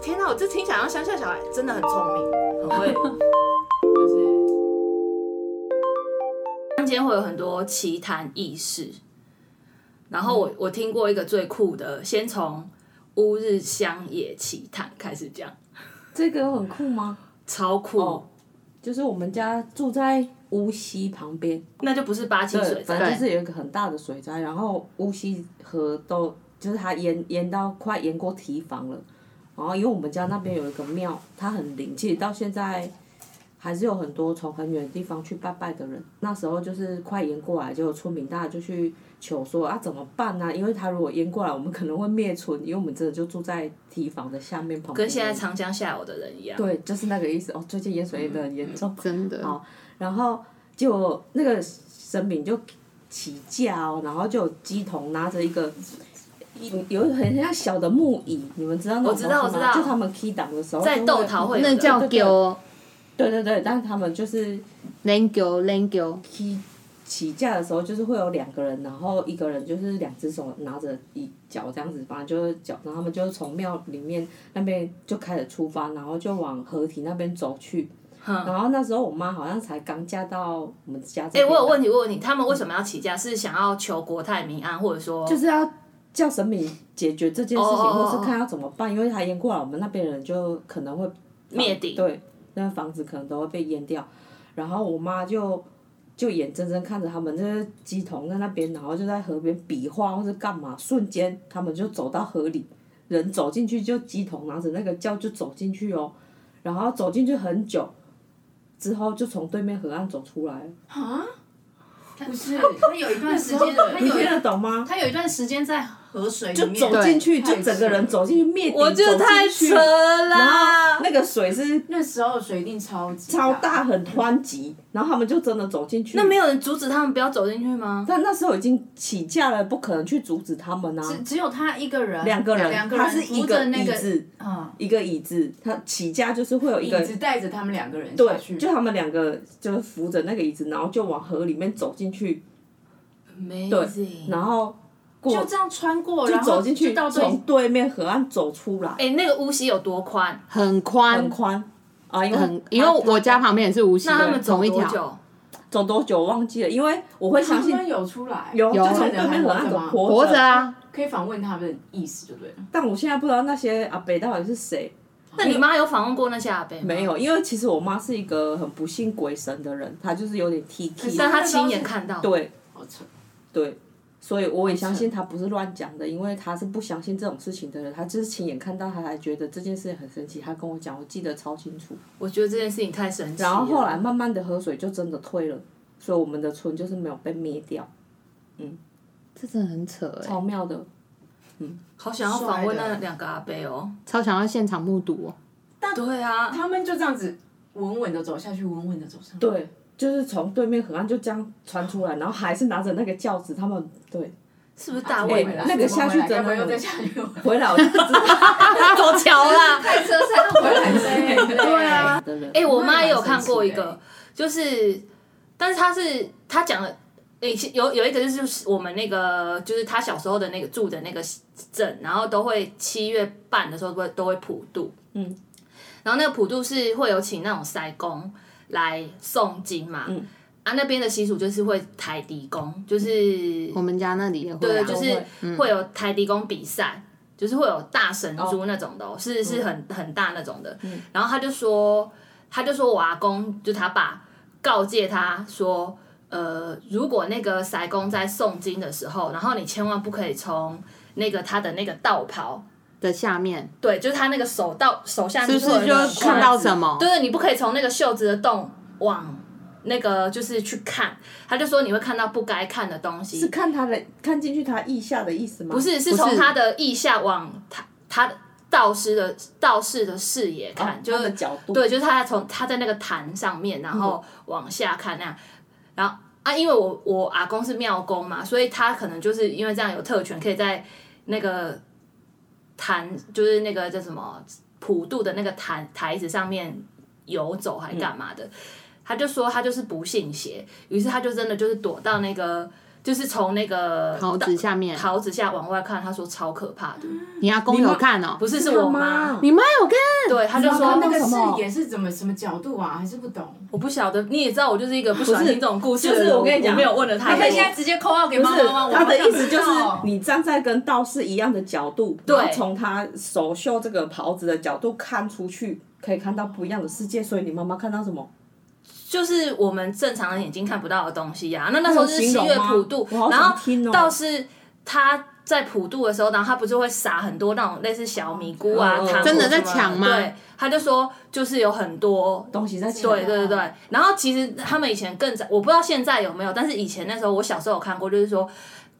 S3: 天哪，我这听起来好像乡下小孩真的很聪明，很会，就是中间会有很多奇谈异事。然后我我听过一个最酷的，先从乌日乡野奇谈开始讲，
S4: 这个很酷吗？
S3: 超酷。
S4: 哦就是我们家住在乌溪旁边，
S3: 那就不是八七水
S4: 对，反
S3: 灾，
S4: 正就是有一个很大的水灾，然后乌溪河都就是它淹淹到快淹过堤防了。然后因为我们家那边有一个庙，它很灵，其实到现在还是有很多从很远的地方去拜拜的人。那时候就是快淹过来，就村民大家就去求说啊怎么办呢、因为它如果淹过来，我们可能会灭村，因为我们真的就住在堤防的下面旁边。
S3: 跟现在长江下游的人一样。嗯
S4: 对，就是那个意思。哦，最近淹水淹的很严重。
S1: 真的
S4: 好然后就那个神明就起驾哦，然后就有鸡童拿着一个一有很像小的木椅，你们知道那种
S3: 我知
S4: 东
S3: 道
S4: 西吗
S3: 我知道
S4: 就他们 key 档的时候
S3: 在
S4: 就会
S3: 斗桃会有的
S1: 那叫
S4: 对对对
S1: 狗
S4: 对对对，但是他们就是
S1: ，len 狗 len 狗，
S4: key 起架的时候，就是会有两个人，然后一个人就是两只手拿着一脚这样子，反正就是脚，然后他们就从庙里面那边就开始出发，然后就往河堤那边走去。然后那时候我妈好像才刚嫁到我们家这
S3: 哎、
S4: 边吧，
S3: 我有问题，我问你，他们为什么要起价？是想要求国泰民安，或者说
S4: 就是要叫神明解决这件事情，
S3: 哦哦哦
S4: 或是看要怎么办，因为他淹过来，我们那边人就可能会
S3: 灭顶？
S4: 对，那房子可能都会被淹掉。然后我妈就就眼睁睁看着他们就是鸡童在那边，然后就在河边比划或是干嘛，瞬间他们就走到河里，人走进去就鸡童拿着那个叫就走进去哦，然后走进去很久。之后就从对面河岸走出来了，
S5: 啊？不
S4: (laughs)
S5: 是，他有一段时间
S4: 你听得懂吗？
S5: 他有一段时间在河水
S4: 就走进去，就整个人走进去灭顶，
S3: 我觉得
S4: 走进
S3: 太
S4: 去
S3: 扯啦！
S4: 那个水是
S5: 那时候水定超级
S4: 超大，很湍急，然后他们就真的走进去。
S3: 那没有人阻止他们不要走进去吗？
S4: 但那时候已经起价了，不可能去阻止他们啊。
S5: 只只有他一个人，
S4: 两个人，
S5: 两个
S4: 他
S5: 人
S4: 是一
S5: 扶
S4: 个
S5: 着
S4: 椅
S5: 那个
S4: 子，
S5: 嗯
S4: 一个椅子，他起价就是会有一
S5: 椅
S4: 个
S5: 子带着他们两个人下去，
S4: 对，就他们两个就扶着那个椅子，然后就往河里面走进去，
S3: 没
S4: 对然后
S5: 就
S4: 过
S5: 这样穿过，
S4: 就
S5: 然后
S4: 走进去
S5: 就到，对
S4: 从对面河岸走出来，
S3: 哎、那个乌溪有多宽？
S1: 很宽
S4: 很宽啊，因为
S1: 很，因为我家旁边也是无锡
S3: 那他们
S1: 的，
S3: 走
S1: 同一
S3: 多
S1: 条
S3: 久？
S4: 走多久忘记了，因为我会相
S5: 他
S4: 信
S5: 们有出来，
S4: 有就
S1: 有
S4: 从对面河岸走活
S1: 活着啊，
S5: 可以访问他们的意思就对了。
S4: 但我现在不知道那些阿北到底是谁，
S3: 那你妈有访问过那些阿伯？
S4: 没，有，因为其实我妈是一个很不信鬼神的人，她就是有点 T K，
S3: 呃但她亲眼看到。
S4: 对
S5: 好扯，
S4: 对，所以我也相信她不是乱讲的，因为她是不相信这种事情的人，她就是亲眼看到，她还觉得这件事情很神奇，她跟我讲，我记得超清楚。
S3: 我觉得这件事情太神奇了。
S4: 然后后来慢慢的河水就真的退了，所以我们的村就是没有被灭掉，
S1: 这真的很扯哎、
S4: 超妙的。
S3: 好想要访问那两个阿伯哦。
S1: 超想要现场目睹哦、
S3: 对啊，
S5: 他们就这样子稳稳的走下去，稳稳的走上。
S4: 对，就是从对面河岸就这样穿出来，然后还是拿着那个轿子，他们对
S3: 是不是大
S4: 哎
S3: 卫？
S4: 那个下去真的
S5: 该不会又再下去？
S4: 回来我就知道
S3: 走桥 (laughs) 啦。
S5: 开车才能回来对
S3: 对啊
S4: 的欸人。
S3: 哎、我妈也有看过一
S5: 那也
S3: 个，就是，但是她是她讲的，诶、有有一个就是我们那个就是她小时候的那个住的那个镇，然后都会七月半的时候都会都会普渡，
S4: 嗯，
S3: 然后那个普渡是会有请那种塞公来诵经嘛，
S4: 嗯
S3: 啊那边的习俗就是会抬地公，
S4: 哦
S3: 就是
S1: 我们家那里也会、
S3: 对，
S1: 啊，
S3: 就是会有台地公比赛，就是会有大神猪那种的、哦，是
S1: 嗯
S3: 是很很大那种的。然后他就说，他就说我阿公就他爸告诫他说，呃，如果那个塞公在诵经的时候，然后你千万不可以从那个他的那个道袍，
S1: 的下面，
S3: 对，就是他那个手到手下
S1: 是不
S3: 会有
S1: 是
S3: 那
S1: 就
S3: 个
S5: 是
S1: 看到什么？
S3: 对对，你不可以从那个袖子的洞往。那个就是去看，他就说你会看到不该看的东西，
S4: 是看他的看进去他腋下的意思吗？
S3: 不是，是
S1: 不
S3: 从
S1: 是
S3: 他的腋下往他他的道士的道士的视野
S4: 哦，
S3: 看，就
S4: 他的
S3: 是
S4: 角度，
S3: 对，就是他从他在那个坛上面，然后往下看那样，然后啊，因为我我阿公是庙公嘛，所以他可能就是因为这样有特权，可以在那个坛，就是那个叫什么普渡的那个坛台子上面游走还干嘛的。他就说他就是不信邪，于是他就真的就是躲到那个，就是从那个
S1: 桃子下面，
S3: 桃子下往外看，他说超可怕的，啊
S1: 你阿公有看哦、
S3: 不是嗯是我
S4: 妈
S3: 妈，
S1: 你妈有看？
S3: 对，他就
S5: 说
S3: 说
S5: 那
S4: 那
S5: 个
S4: 个
S5: 视
S4: 视
S5: 野
S4: 野
S5: 是怎么什么角度啊？还是不懂。
S3: 我不晓得，你也知道我就是一个不喜欢
S4: 不是
S3: 听这种故事的
S4: 就
S3: 人，
S4: 是我跟你讲
S3: 没有问了他
S5: 他
S3: 多，
S5: 可以现在直接扣号给
S4: 不
S5: 妈
S4: 是
S5: 妈吗？
S4: 他的意思就是
S3: 哦
S4: 你站在跟道士一样的角度，
S3: 对
S4: 然后从他手袖这个袍子的角度看出去，可以看到不一样的世界。所以你妈妈看到什么？
S3: 就是我们正常人眼睛看不到的东西呀、那那时候是
S4: 那有
S3: 七
S4: 形容
S3: 月
S4: 吗
S3: 普渡，
S4: 我好
S3: 然
S4: 想
S3: 后
S4: 听哦
S3: 倒是他在普渡的时候，然后他不是会撒很多那种类似小米菇啊、
S4: 嗯嗯嗯
S3: 糖果
S4: 真
S1: 的
S3: 什么
S1: 在抢吗
S3: 对，他就说就是有很多
S4: 东西
S1: 啊
S4: 在啊
S3: 对对对对，然后其实他们以前更早，我不知道现在有没有，但是以前那时候我小时候有看过，就是说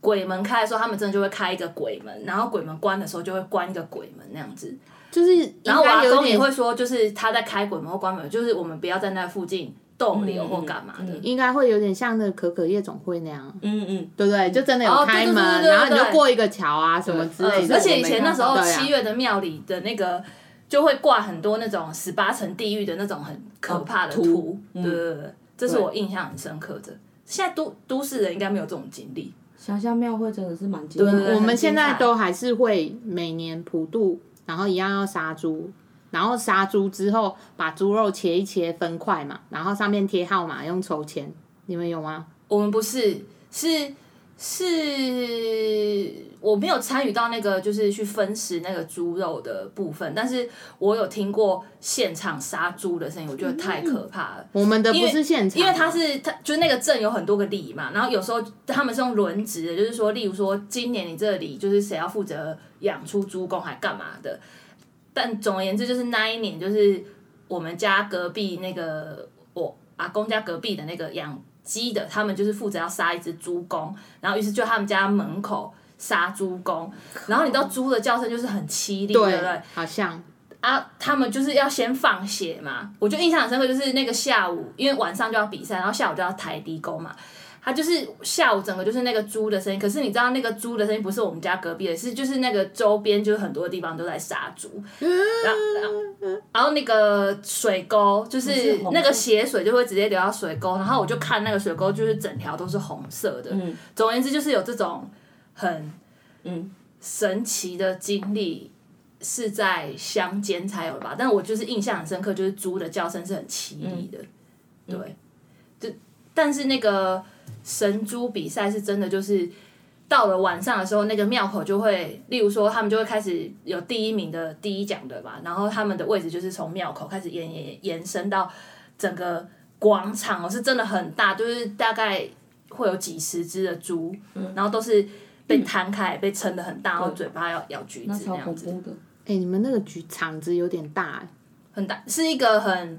S3: 鬼门开的时候，他们真的就会开一个鬼门，然后鬼门关的时候就会关一个鬼门那样子。
S1: 就是应
S3: 然后我阿
S1: 该有
S3: 公也
S1: 点，
S3: 会说，就是他在开鬼门或关门，就是我们不要在那附近逗留或干嘛的。
S1: 应该会有点像那个可可夜总会那样，
S4: 嗯嗯，
S1: 对不对？就真的有开门，
S3: 哦对对对对对
S1: 然后你就过一个桥啊什么之类的。
S3: 而且以前那时候
S1: 对啊
S3: 七月的庙里的那个。就会挂很多那种十八层地狱的那种很可怕的
S4: 哦图
S1: 嗯
S3: 图，对对对，这是我印象很深刻的。现在都都市人应该没有这种经历，
S4: 想象庙会真的是蛮精彩
S3: 对对
S4: 的
S3: 对
S1: 我们现在都还是会每年普渡，然后一样要杀猪，然后杀猪之后把猪肉切一切分块嘛，然后上面贴号码用抽签，你们有吗？
S3: 我们不是，是是，我没有参与到那个就是去分食那个猪肉的部分，但是我有听过现场杀猪的声音，我觉得太可怕了。
S1: 我们的不
S3: 因为
S1: 是现场，
S3: 因为它是它就是那个镇有很多个里嘛，然后有时候他们是用轮值的，就是说，例如说今年你这里就是谁要负责养出猪公还干嘛的，但总而言之就是那一年就是我们家隔壁那个我阿公家隔壁的那个养鸡的，他们就是负责要杀一只猪公，然后于是就他们家门口杀猪公，然后你知道猪的叫声就是很凄厉，对不对
S1: 对？，好像
S3: 啊，他们就是要先放血嘛。我就印象很深刻，就是那个下午，因为晚上就要比赛，然后下午就要抬低沟嘛。他就是下午整个就是那个猪的声音，可是你知道那个猪的声音不是我们家隔壁的，是就是那个周边就是很多地方都在杀猪，然后然后然后那个水沟就是那个血水就会直接流到水沟，然后我就看那个水沟就是整条都是红色的。
S4: 嗯
S3: 总而言之，就是有这种很
S4: 嗯
S3: 神奇的经历是在乡间才有的吧？但我就是印象很深刻，就是猪的叫声是很凄厉的，对，就但是那个神猪比赛是真的，就是到了晚上的时候，那个庙口就会，例如说他们就会开始有第一名的第一奖的吧，然后他们的位置就是从庙口开始延延延伸到整个广场哦，是真的很大，就是大概会有几十只的猪，然后都是。被摊开，被撑得很大，然后嘴巴要咬橘
S4: 那
S3: 子
S4: 超
S3: 那样
S4: 恐
S3: 子，
S4: 怖的。
S1: 哎、你们那个局场子有点大、欸，
S3: 很大，是一个很，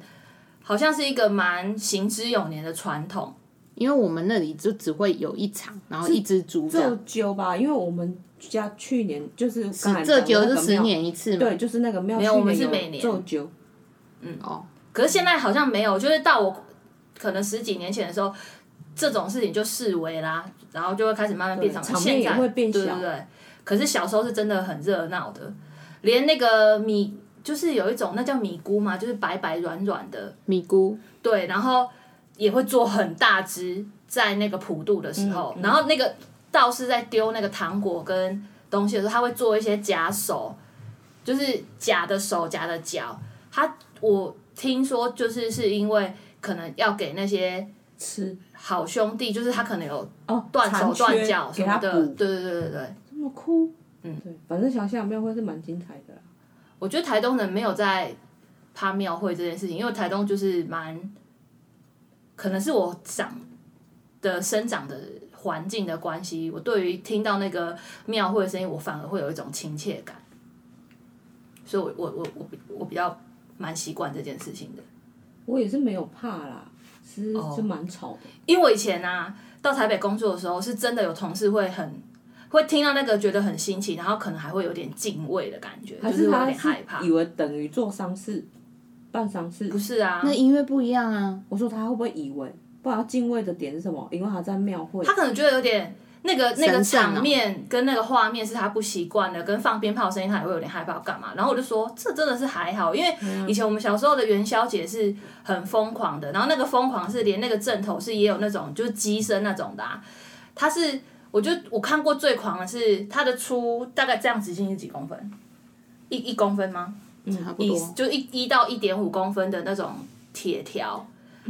S3: 好像是一个蛮行之有年的传统。
S1: 因为我们那里就只会有一场，然后一只猪这
S4: 这
S1: 样，
S4: 酒吧，因为我们家去年就是刚才
S1: 这
S4: 讲的那
S1: 酒是
S4: 个
S1: 十
S4: 庙，
S1: 年一次嘛，
S4: 对，就是那个庙。
S3: 没有我们
S4: 去
S3: 是每
S4: 有
S3: 年
S4: 做酒，
S1: 哦，
S3: 可是现在好像没有，就是到我可能十几年前的时候，这种事情就视为啦，然后就会开始慢慢变少。
S4: 对场面
S3: 现在
S4: 也会变小
S3: 对对对。可是小时候是真的很热闹的，连那个米就是有一种那叫米菇嘛，就是白白软软的，
S1: 米姑
S3: 对，然后也会做很大只，在那个普渡的时
S4: 嗯
S3: 候，然后那个道士在丢那个糖果跟东西的时候，他会做一些假手，就是假的手、假的脚。他我听说就是是因为可能要给那些
S4: 吃
S3: 好兄弟，就是他可能有
S4: 哦，
S3: 断
S4: 残
S3: 手
S4: 缺
S3: 断脚什
S4: 给
S3: 么
S4: 他
S3: 的，
S4: 补，
S3: 对对对对对。
S4: 这么酷。
S3: 嗯
S4: 对，反正想想庙会是蛮精彩的啦。
S3: 我觉得台东人没有在怕庙会这件事情，因为台东就是蛮，可能是我长的生长的环境的关系，我对于听到那个庙会的声音，我反而会有一种亲切感，所以我我我我比我比较蛮习惯这件事情的，
S4: 我也是没有怕啦，其实
S3: 哦
S4: 就蛮吵的。
S3: 因为我以前啊到台北工作的时候，是真的有同事会很。会听到那个觉得很新奇，然后可能还会有点敬畏的感觉，
S4: 还
S3: 就是会有
S4: 他
S3: 点害怕
S4: 是。以为等于做丧事，办丧事
S3: 不？是啊，
S1: 那音乐不一样啊，
S4: 我说他会不会以为？不然敬畏的点是什么？因为他在庙会，
S3: 他可能觉得有点那个那个
S1: 神
S4: 啊
S1: 圣哦
S3: 场面跟那个画面是他不习惯的，跟放鞭炮的声音他也会有点害怕干嘛。然后我就说这真的是还好，因为
S4: 嗯
S3: 以前我们小时候的元宵节是很疯狂的，然后那个疯狂是连那个阵头是也有那种就是鸡声那种的、啊，他是。我就我看过最狂的是他的出大概这样直径是几公分，一一公分吗？
S1: 差不
S3: 一
S1: 多。
S3: 就一一到一点五公分的那种铁条，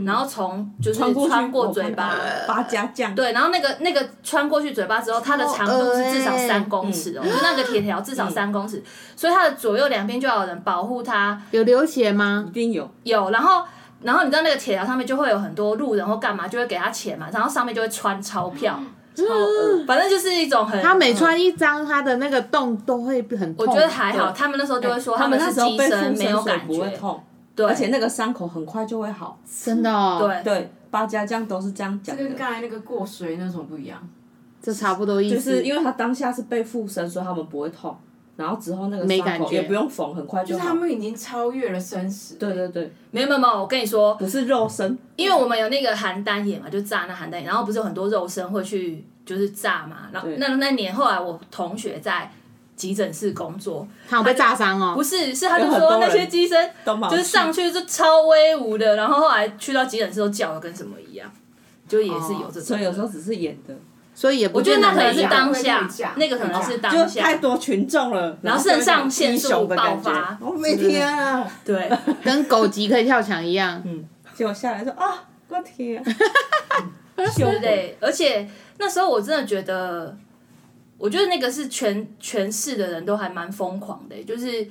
S3: 然后从就是
S4: 嗯穿过去
S3: 穿过
S4: 我
S3: 嘴
S4: 看
S3: 巴
S4: 到，八家将，
S3: 对，然后那个那个穿过去嘴巴之后，它的
S4: 哦
S3: 长度是至少
S4: 哎
S3: 三公尺
S4: 嗯
S3: 哦，就那个铁条至少三公尺，所以它的左右两边就要有人保护它。
S1: 有流血吗
S4: 一？定有。
S3: 有，然后然后你知道那个铁条上面就会有很多路人或干嘛，就会给他钱嘛，然后上面就会穿钞票，
S4: 超恶
S3: 反正就是一种很。
S1: 他每穿一张，他的那个洞都会很痛。
S3: 我觉得还好，
S4: 对哎
S3: 他们那时候就会说
S4: 他
S3: 们
S4: 那
S3: 是
S4: 时候
S3: 机
S4: 被
S3: 身
S4: 附
S3: 没有
S4: 身水
S3: 感
S4: 不会
S3: 觉，
S4: 痛，
S3: 对，
S4: 而且那个伤口很快就会好。
S1: 真的哦，，
S3: 对
S4: 对，八家将都是这样讲
S5: 这跟
S4: 的，
S5: 刚才那个过水那种不一样。
S1: 这差不多意思。
S4: 就是因为他当下是被附身，所以他们不会痛，然后之后那个
S1: 没
S4: 伤
S1: 感
S4: 口
S1: 觉
S4: 也不用缝，很快
S5: 就是
S4: 好
S5: 他。们已经超越了生死。
S4: 对对对，
S3: 没有没有没有，我跟你说，
S4: 不是肉身，
S3: 因为我们有那个邯郸野嘛，就炸那邯郸野，然后不是有很多肉身会去就是炸嘛，然后
S4: 对
S3: 那那年后来我同学在急诊室工作，
S1: 他有被炸伤哦
S3: 不，是是他就
S4: 有很
S3: 说
S4: 多
S3: 那
S4: 人
S3: 些机身
S4: 都毛
S3: 就是上去就超威武的，然后后来去到急诊室都叫的跟什么一样，
S7: 就也是有这种的。
S4: 哦所以有时候只是演的，
S1: 所以也不
S6: 我觉得
S1: 见得
S6: 那可能
S1: 每
S6: 是
S1: 样
S6: 当
S3: 下
S6: 那
S3: 个可能是
S4: 就太多群众了，
S3: 然后肾上腺素爆发
S4: 我每天啊，
S7: 对，
S1: 跟狗急可以跳墙一样，
S4: 结果下来说啊，我天，
S3: 之类。而且那时候我真的觉得，我觉得那个是全全市的人都还蛮疯狂的、就是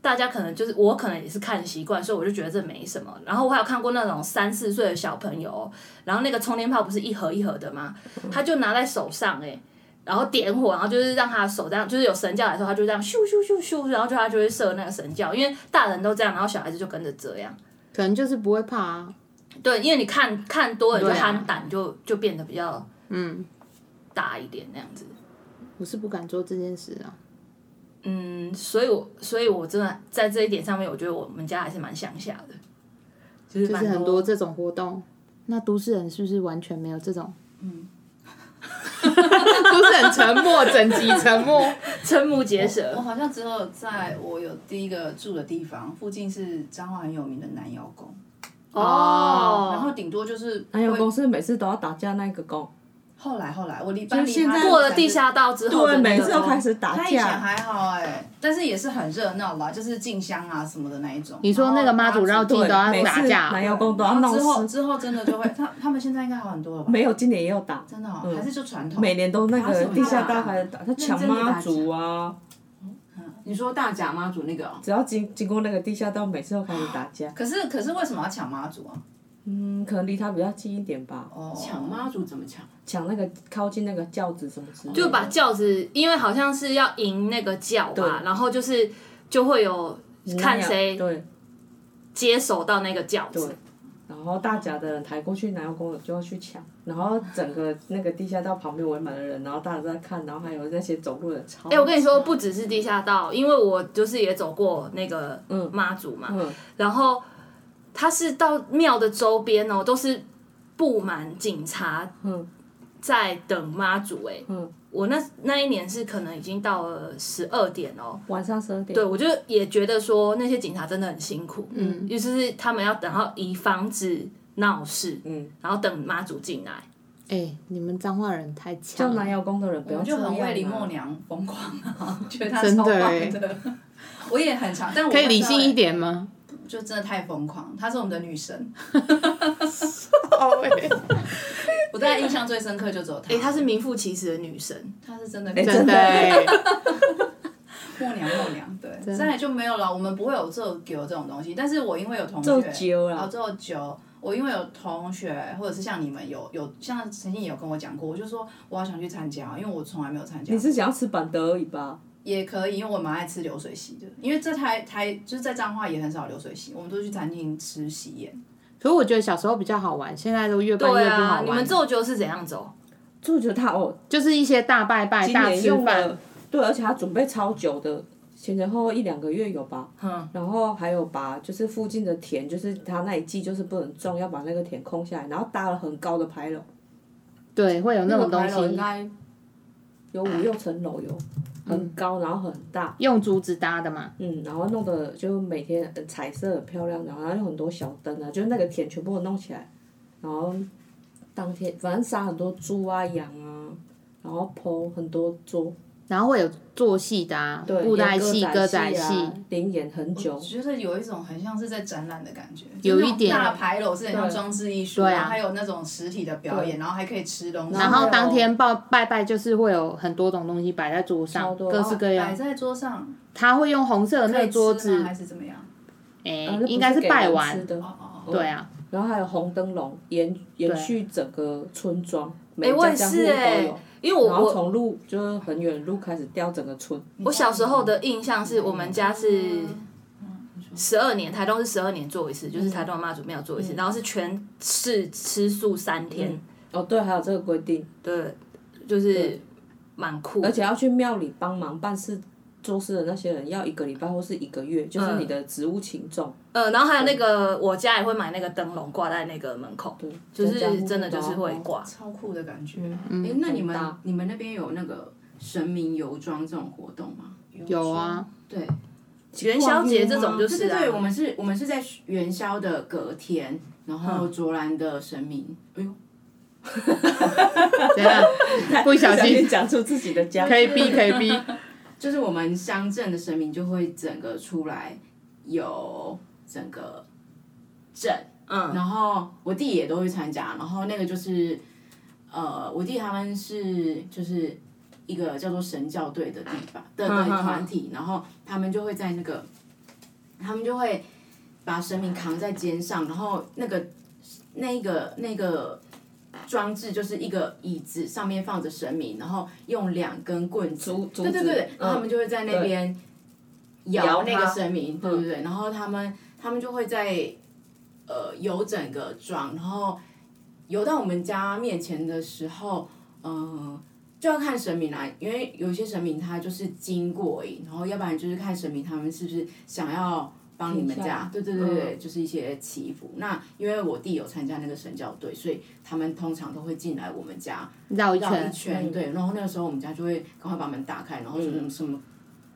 S3: 大家可能就是我可能也是看习惯，所以我就觉得这没什么。然后我还有看过那种三四岁的小朋友，然后那个充电炮不是一盒一盒的吗？他就拿在手上、欸，然后点火，然后就是让他手这样，就是有神教来说，他就这样咻咻咻咻，然后就他就会射那个神教，因为大人都这样，然后小孩子就跟着这样。
S1: 可能就是不会怕啊。
S3: 对，因为你看看多了你就
S1: 对啊
S3: 憨胆就，就变得比较
S1: 嗯，
S3: 大一点那样子。
S1: 我是不敢做这件事啊。
S3: 嗯，所以我所以我真的在这一点上面，我觉得我们家还是蛮乡下的，就是
S1: 就是
S3: 蛮
S1: 很多这种活动。那都市人是不是完全没有这种？嗯， (laughs) 都市很沉默，整集沉默。
S3: 瞠目结舌
S5: 我。
S4: 哦
S5: 好像只有在我有第一个住的地方附近是彰化很有名的南窑宫，
S1: 哦
S5: 然后顶多就是
S4: 还有
S5: 会
S4: 公司每次都要打架那个工，
S5: 后来后来我离搬离
S4: 现在
S5: 它
S3: 过了地下道之后的
S4: 对，
S3: 那
S4: 每
S3: 个
S4: 次都
S3: 风
S4: 开始打
S5: 他以前
S4: 架，
S5: 还好哎、但是也是很热闹啦，就是进香啊什么的那一种。
S1: 你说那个妈祖绕境都要
S4: 哦每
S1: 打
S4: 次
S1: 架
S4: 男，妖公都要
S5: 然后
S4: 闹
S5: 之后
S4: 事，
S5: 之后真的就会，他他们现在应该好很多了吧？
S4: 没有，今年也有打，
S5: 真的、哦
S4: 嗯
S5: 还是就传统。
S4: 每年都那
S6: 打什
S4: 个
S6: 么
S4: 地下
S6: 架
S4: 大
S6: 啊
S4: 牌打，他
S6: 真
S4: 抢
S6: 的
S4: 妈
S6: 打
S4: 祖啊，
S6: 你说大甲妈祖那个、哦，
S4: 只要经经过那个地下道，每次都开始打架。
S5: 可是可是为什么要抢妈祖啊？
S4: 嗯，可能离他比较近一点吧，
S5: 哦，
S6: 抢妈祖怎么抢？
S4: 抢那个靠近那个轿子什么之类的，
S3: 就把轿子，因为好像是要赢那个轿吧，
S4: 对
S3: 然后就是就会有看谁
S4: 对
S3: 接手到那个轿子
S4: 对。然后大甲的人抬过去，南洋公就要去抢，然后整个那个地下道旁边围满了人，然后大家都在看，然后还有那些走路的人超。哎、
S3: 哎、我跟你说，不只是地下道，因为我就是也走过那个妈祖嘛，
S4: 嗯
S3: 然后它是到庙的周边哦，都是布满警察
S4: 嗯
S3: 在等妈祖、哎，
S4: 嗯，
S3: 我那那一年是可能已经到了十二点哦，
S4: 晚上十二点，
S3: 对，我就也觉得说那些警察真的很辛苦，
S1: 嗯，
S3: 也就是他们要等到以防止闹事，
S4: 嗯，
S3: 然后等妈祖进来，
S1: 哎，你们彰化人太
S4: 叫
S1: 强
S4: 南
S1: 了。
S4: 瑶宫的人不
S5: 我
S4: 要
S5: 们就
S4: 这
S5: 很
S4: 样
S5: 为林默
S4: 啊。
S5: 娘疯狂啊，觉得她
S1: 真
S5: 超
S1: 的
S5: 棒
S1: 欸
S5: 的。 (laughs) 我也很常，但我
S1: 可以
S5: 不知
S1: 理
S5: 道
S1: 性
S5: 欸
S1: 一，点吗？
S5: 就真的太疯狂。她是我们的女神， (laughs)
S1: (laughs)
S5: 我大概印象最深刻就只有她。
S3: 哎、她是名副其实的女神，
S5: 她是真的
S4: 哎
S1: 真的欸，
S5: 默娘默娘，对，再来就没有了。我们不会有做酒这种东西，但是我因为有同
S4: 做
S5: 学，
S4: 酒啦
S5: 啊，做酒。我因为有同学，或者是像你们有有像曾经也有跟我讲过，我就说我好想去参加，因为我从来没有参加。
S4: 你是想要吃板德而已吧？
S5: 也可以，因为我蛮爱吃流水席的，因为这台台就是在彰化也很少流水席，我们都去餐厅吃喜宴。
S1: 可是我觉得小时候比较好玩，现在都越办越
S3: 对
S1: 不好
S3: 啊，
S1: 玩。
S3: 你们做酒是怎样走？
S4: 就觉得他哦，
S1: 就是一些大拜拜、
S4: 今
S1: 大
S4: 年
S1: 吃
S4: 用
S1: 饭
S4: 了，，对，而且他准备超久的，前前后后一两个月有吧。嗯。然后还有把就是附近的田，就是他那一季就是不能种，要把那个田空下来，然后搭了很高的牌楼，
S1: 对，会有那种东
S4: 牌楼应
S1: 西，
S4: 该有五六层楼有，很高，然后很大，
S1: 用竹子搭的嘛。
S4: 嗯，然后弄得就每天呃彩色很漂亮，然后有很多小灯啊，就是那个田全部都弄起来，然后当天反正杀很多猪啊羊啊，然后剖很多桌。
S1: 然后会有做戏的啊，
S4: 对
S1: 布袋戏、歌
S4: 歌
S1: 仔戏
S4: 啊，，连演很久
S5: 我，觉得有一种很像是在展览的感觉，
S1: 有一
S5: 就是那种
S1: 点
S5: 大牌楼是很像装置艺术，
S1: 对啊
S5: 然后还有那种实体的表演，然后还可以吃东西，
S1: 然后
S4: 然后
S1: 当天拜拜拜就是会有很多种东西摆在桌上，
S4: 超多
S1: 各式各
S5: 摆
S1: 样。
S5: 在桌上，
S1: 他会用红色的那
S5: 哦可以
S1: 个桌
S5: 吃吗
S1: 子
S5: 还，是怎么样？
S1: 哎
S4: 啊那不，
S1: 应该是
S4: 给
S1: 拜
S4: 人
S1: 完
S4: 吃。的，
S5: 哦哦哦，
S1: 对啊，
S4: 然后还有红灯笼，延延续整个村庄，每
S3: 我
S4: 家
S3: 也
S4: 家户
S3: 是
S4: 户
S3: 哎
S4: 都有。
S3: 因为我
S4: 然后
S3: 我
S4: 从路就是很远的路开始掉整个村，
S3: 我小时候的印象是我们家是十二年，台东是十二年做一次，就是台东的妈祖庙做一次，然后是全市吃素三天，
S4: 哦对，还有这个规定，
S3: 对，就是蛮酷的。
S4: 而且要去庙里帮忙办事做事的那些人，要一个礼拜或是一个月，
S3: 嗯
S4: 就是你的职务轻重，
S3: 呃，然后还有那个我家也会买那个灯笼挂在那个门口，
S4: 对，
S3: 就是
S4: 家家户户
S3: 真的就是
S4: 都要
S3: 会
S4: 帮
S3: 挂。
S5: 超酷的感觉。
S6: 哎、那你
S4: 很
S6: 们
S4: 大
S6: 你们那边有那个神明游庄这种活动吗？
S1: 有啊，
S6: 对，
S3: 元宵节这种
S4: (laughs)
S3: 就是、
S6: 对
S3: 啊，
S6: 对对，我们是，
S5: 嗯
S6: 我们是在元宵的隔天，然后卓兰的神明，哎呦，
S1: 怎样？不小心
S4: 讲出自己的家，
S1: 可以逼，可以逼。
S5: 就是我们乡镇的神明就会整个出来有整个镇，嗯，然后我弟也都会参加，然后那个就是呃，我弟他们是就是一个叫做神教队的地方的的团体，然后他们就会在那个他们就会把神明扛在肩上，然后那个那个那个装置就是一个椅子，上面放着神明，然后用两根棍子，
S4: 竹竹
S5: 对对对对
S4: 子，嗯
S5: 然后他们就会在那边嗯摇
S4: 摇
S5: 嗯那个
S4: 它
S5: 神明，对对对，然后他们他们就会在呃游整个庄，然后游到我们家面前的时候，嗯、就要看神明啦，因为有些神明他就是经过而已，然后要不然就是看神明他们是不是想要帮你们
S4: 停下
S5: 家
S4: 来，
S5: 对对对对，就是一些祈福。那因为我弟有参加那个神教队，所以他们通常都会进来我们家
S1: 绕一
S5: 绕一
S1: 圈，嗯
S5: 圈，对。然后那个时候我们家就会赶快把门打开，然后什么什么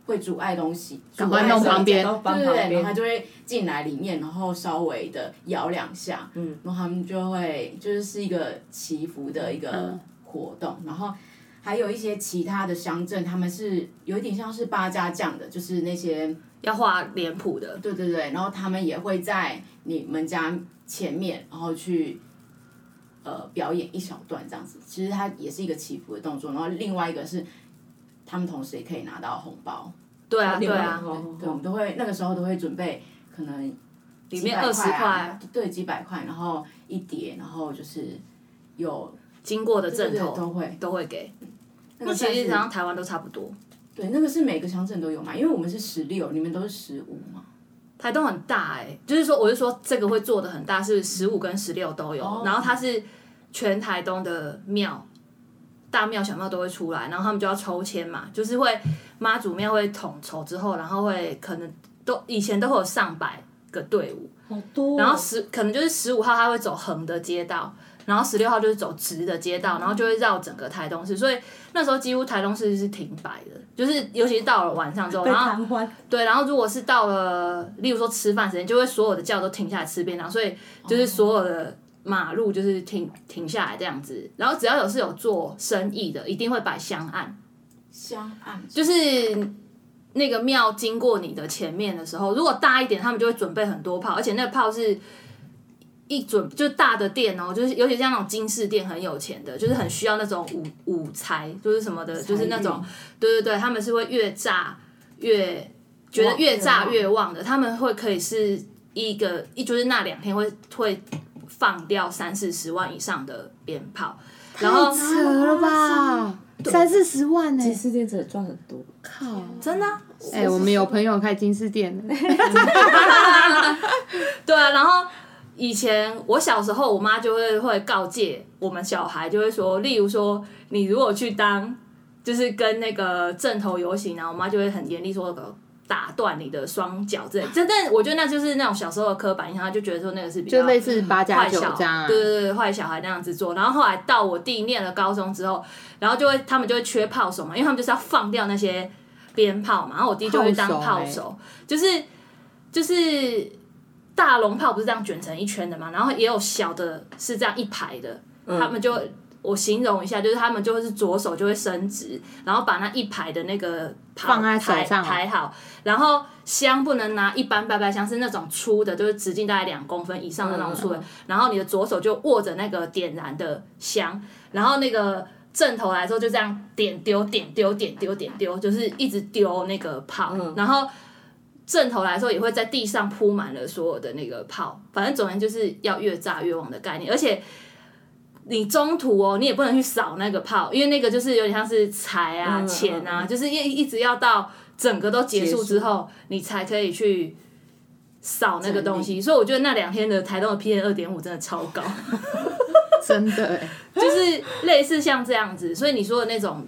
S5: 会阻碍东西，
S1: 赶
S5: 阻
S1: 快
S5: 碍
S1: 弄
S5: 什么
S1: 旁边，
S4: 帮旁
S5: 对对对，然后
S4: 边，
S5: 他就会进来里面，然后稍微的摇两下，嗯，然后他们就会就是是一个祈福的一个
S1: 嗯
S5: 活动，然后还有一些其他的乡镇，他们是有一点像是八家将的，就是那些
S3: 要画脸谱的，
S5: 对对对，然后他们也会在你们家前面，然后去呃表演一小段这样子。其实它也是一个祈福的动作，然后另外一个是他们同时也可以拿到红包。
S3: 对啊对
S4: 另外
S3: 啊，
S4: 哦
S5: 对，我们都会那个时候都会准备可能
S3: 里
S5: 几
S3: 面
S5: 百
S3: 二十
S5: 啊
S3: 块，
S5: 对，几百块，然后一叠，然后就是有
S3: 经过的
S5: 对
S3: 正
S5: 对
S3: 头
S5: 都会。
S3: 都会给，那
S5: 那个
S3: 其实
S5: 算是
S3: 好像台湾都差不多，
S5: 对，那个是每个乡镇都有嘛，因为我们是十六，你们都是十五嘛。
S3: 台东很大哎、就是说，我是说这个会做的很大，是十五跟十六都有，然后它是全台东的庙。大庙、小庙都会出来，然后他们就要抽签嘛，就是会妈祖庙会统筹之后，然后会可能都以前都会有上百个队伍，
S4: 好多哦
S3: 然后十可能就是十五号他会走横的街道，然后十六号就是走直的街道，然后就会绕整个台东市，所以那时候几乎台东市是停摆的，就是尤其是到了晚上之后，
S4: 被
S3: 然后
S4: 瘫痪，
S3: 对，然后如果是到了，例如说吃饭时间，就会所有的教都停下来吃便当，所以就是所有的马路就是停停下来这样子。然后只要有是有做生意的，一定会摆香案，
S5: 香案
S3: 就是那个庙经过你的前面的时候，如果大一点，他们就会准备很多炮，而且那个炮是。一准就是大的店哦，就是尤其像那种金饰店很有钱的，就是很需要那种武武财，就是什么的，就是那种对对对，他们是会越炸越觉得越炸越旺的，他们会可以是一个一就是那两天会会放掉三四十万以上的鞭炮，然后
S1: 扯了吧，三四十万呢、
S4: 第四店真的赚很多，
S1: 靠！
S3: 真的啊、
S1: 哎、我们有朋友开金饰店的，
S3: 对啊，然后以前我小时候，我妈就会会告诫我们小孩，就会说，例如说，你如果去当就是跟那个正头游行啊，我妈就会很严厉说。打断你的双脚之类，真的，我觉得那就是那种小时候的刻板印象，她就觉得说那个是比较
S1: 就类似八加
S3: 坏
S1: 九
S3: 小
S1: 这样、啊。
S3: 对对对，坏小孩那样子做。然后后来到我弟念了高中之后，然后就会他们就会缺炮手嘛，因为他们就是要放掉那些鞭炮嘛，然后我弟就会当炮
S1: 炮手欸
S3: 手，就是就是大龙炮不是这样卷成一圈的嘛，然后也有小的是这样一排的，
S1: 嗯
S3: 他们就。我形容一下，就是他们就会是左手就会伸直，然后把那一排的那个炮
S1: 放在手
S3: 抬
S1: 上哦
S3: 抬好，然后香不能拿一般拜拜香，是那种粗的，就是直径大概两公分以上的那种粗
S1: 嗯
S3: 的。然后你的左手就握着那个点燃的香，然后那个正头来之后就这样点丢点丢点丢点丢，就是一直丢那个炮，
S1: 嗯
S3: 然后。正头来说也会在地上铺满了所有的那个炮，反正总而言之就是要越炸越旺的概念，而且你中途哦，你也不能去扫那个炮，因为那个就是有点像是财啊、
S4: 嗯
S3: 钱啊，就是一一直要到整个都结束之后，你才可以去扫那个东西。所以我觉得那两天的台东的 PM 二点五真的超高， (laughs)
S1: 真的、欸，
S3: 就是类似像这样子。所以你说的那种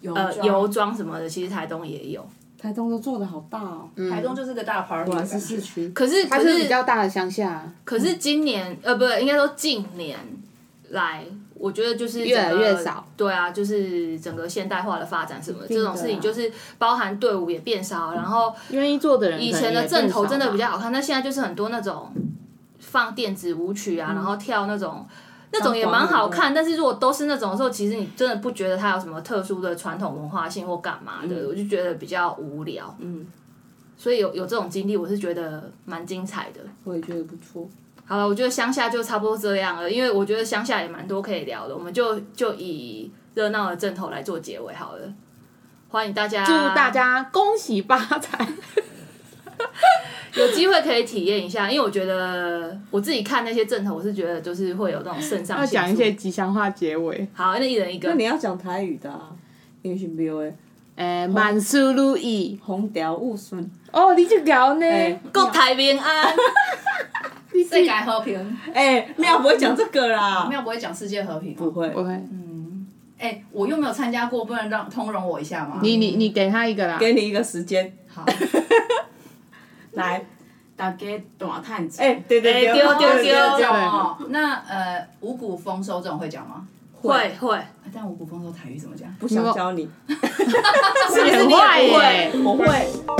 S5: 有
S3: 呃油装什么的，其实台东也有，
S4: 台东都做的好大哦，
S8: 台中就是个大 party，
S4: 果
S8: 的
S4: 然
S8: 感
S4: 是
S8: 觉
S4: 市 (laughs) 区，
S3: 嗯可是
S1: 它
S3: (laughs) 可
S1: 是
S3: 是
S1: 比较大的乡下，啊
S3: 可是今年呃，不，应该说近年来，我觉得就是整个
S1: 越来越少。
S3: 对啊，就是整个现代化的发展什么的
S1: 定
S3: 这
S1: 的
S3: 种事情，
S1: 啊
S3: 就是包含队伍也变少，然后
S1: 愿意做的人
S3: 以
S1: 以
S3: 前的正头
S1: 嗯
S3: 真的比较好看，但现在就是很多那种放电子舞曲啊，然后跳那种那种也蛮好看，但是如果都是那种的时候，其实你真的不觉得它有什么特殊的传统文化性或干嘛的，
S1: 嗯
S3: 我就觉得比较无聊。
S4: 嗯，
S3: 所以有有这种经历，我是觉得蛮精彩的。
S4: 我也觉得不错。
S3: 好了，我觉得乡下就差不多这样了，因为我觉得乡下也蛮多可以聊的，我们就就以热闹的阵头来做结尾好了。欢迎大家，
S1: 祝大家恭喜发财。
S3: 有机会可以体验一下，因为我觉得我自己看那些阵头，我是觉得就是会有那种肾上
S1: 要
S3: 腺素。
S1: 讲一些吉祥话结尾，
S3: 好，那一人一个
S4: 那。你要讲台语的、啊，也许没有诶，
S1: 诶，万事哎如意。
S4: 红条雾顺，
S1: 哦，你就搞呢，
S4: 哎
S3: 国泰
S1: (laughs)
S3: 民安，
S8: 世界和平，
S4: 哎，妙不会讲这个啦，
S8: 没有不会讲世界和平、
S4: 哦不。会，
S1: 不会，
S8: 哎、我又没有参加过，不能让通融我一下吗？
S1: 你你你给他一个啦。
S4: 给你一个时间，
S8: 好，
S4: (laughs) 来，
S5: 大家大探子，
S4: 哎，对对对，
S3: 丢丢丢
S8: 这种哦。那呃，五谷丰收这种会讲吗？哎
S3: 会会，
S8: 但五谷丰收台语怎么讲？
S4: 不想教你，
S1: 是很坏耶。
S4: 我会，
S3: 哦哎
S1: 哦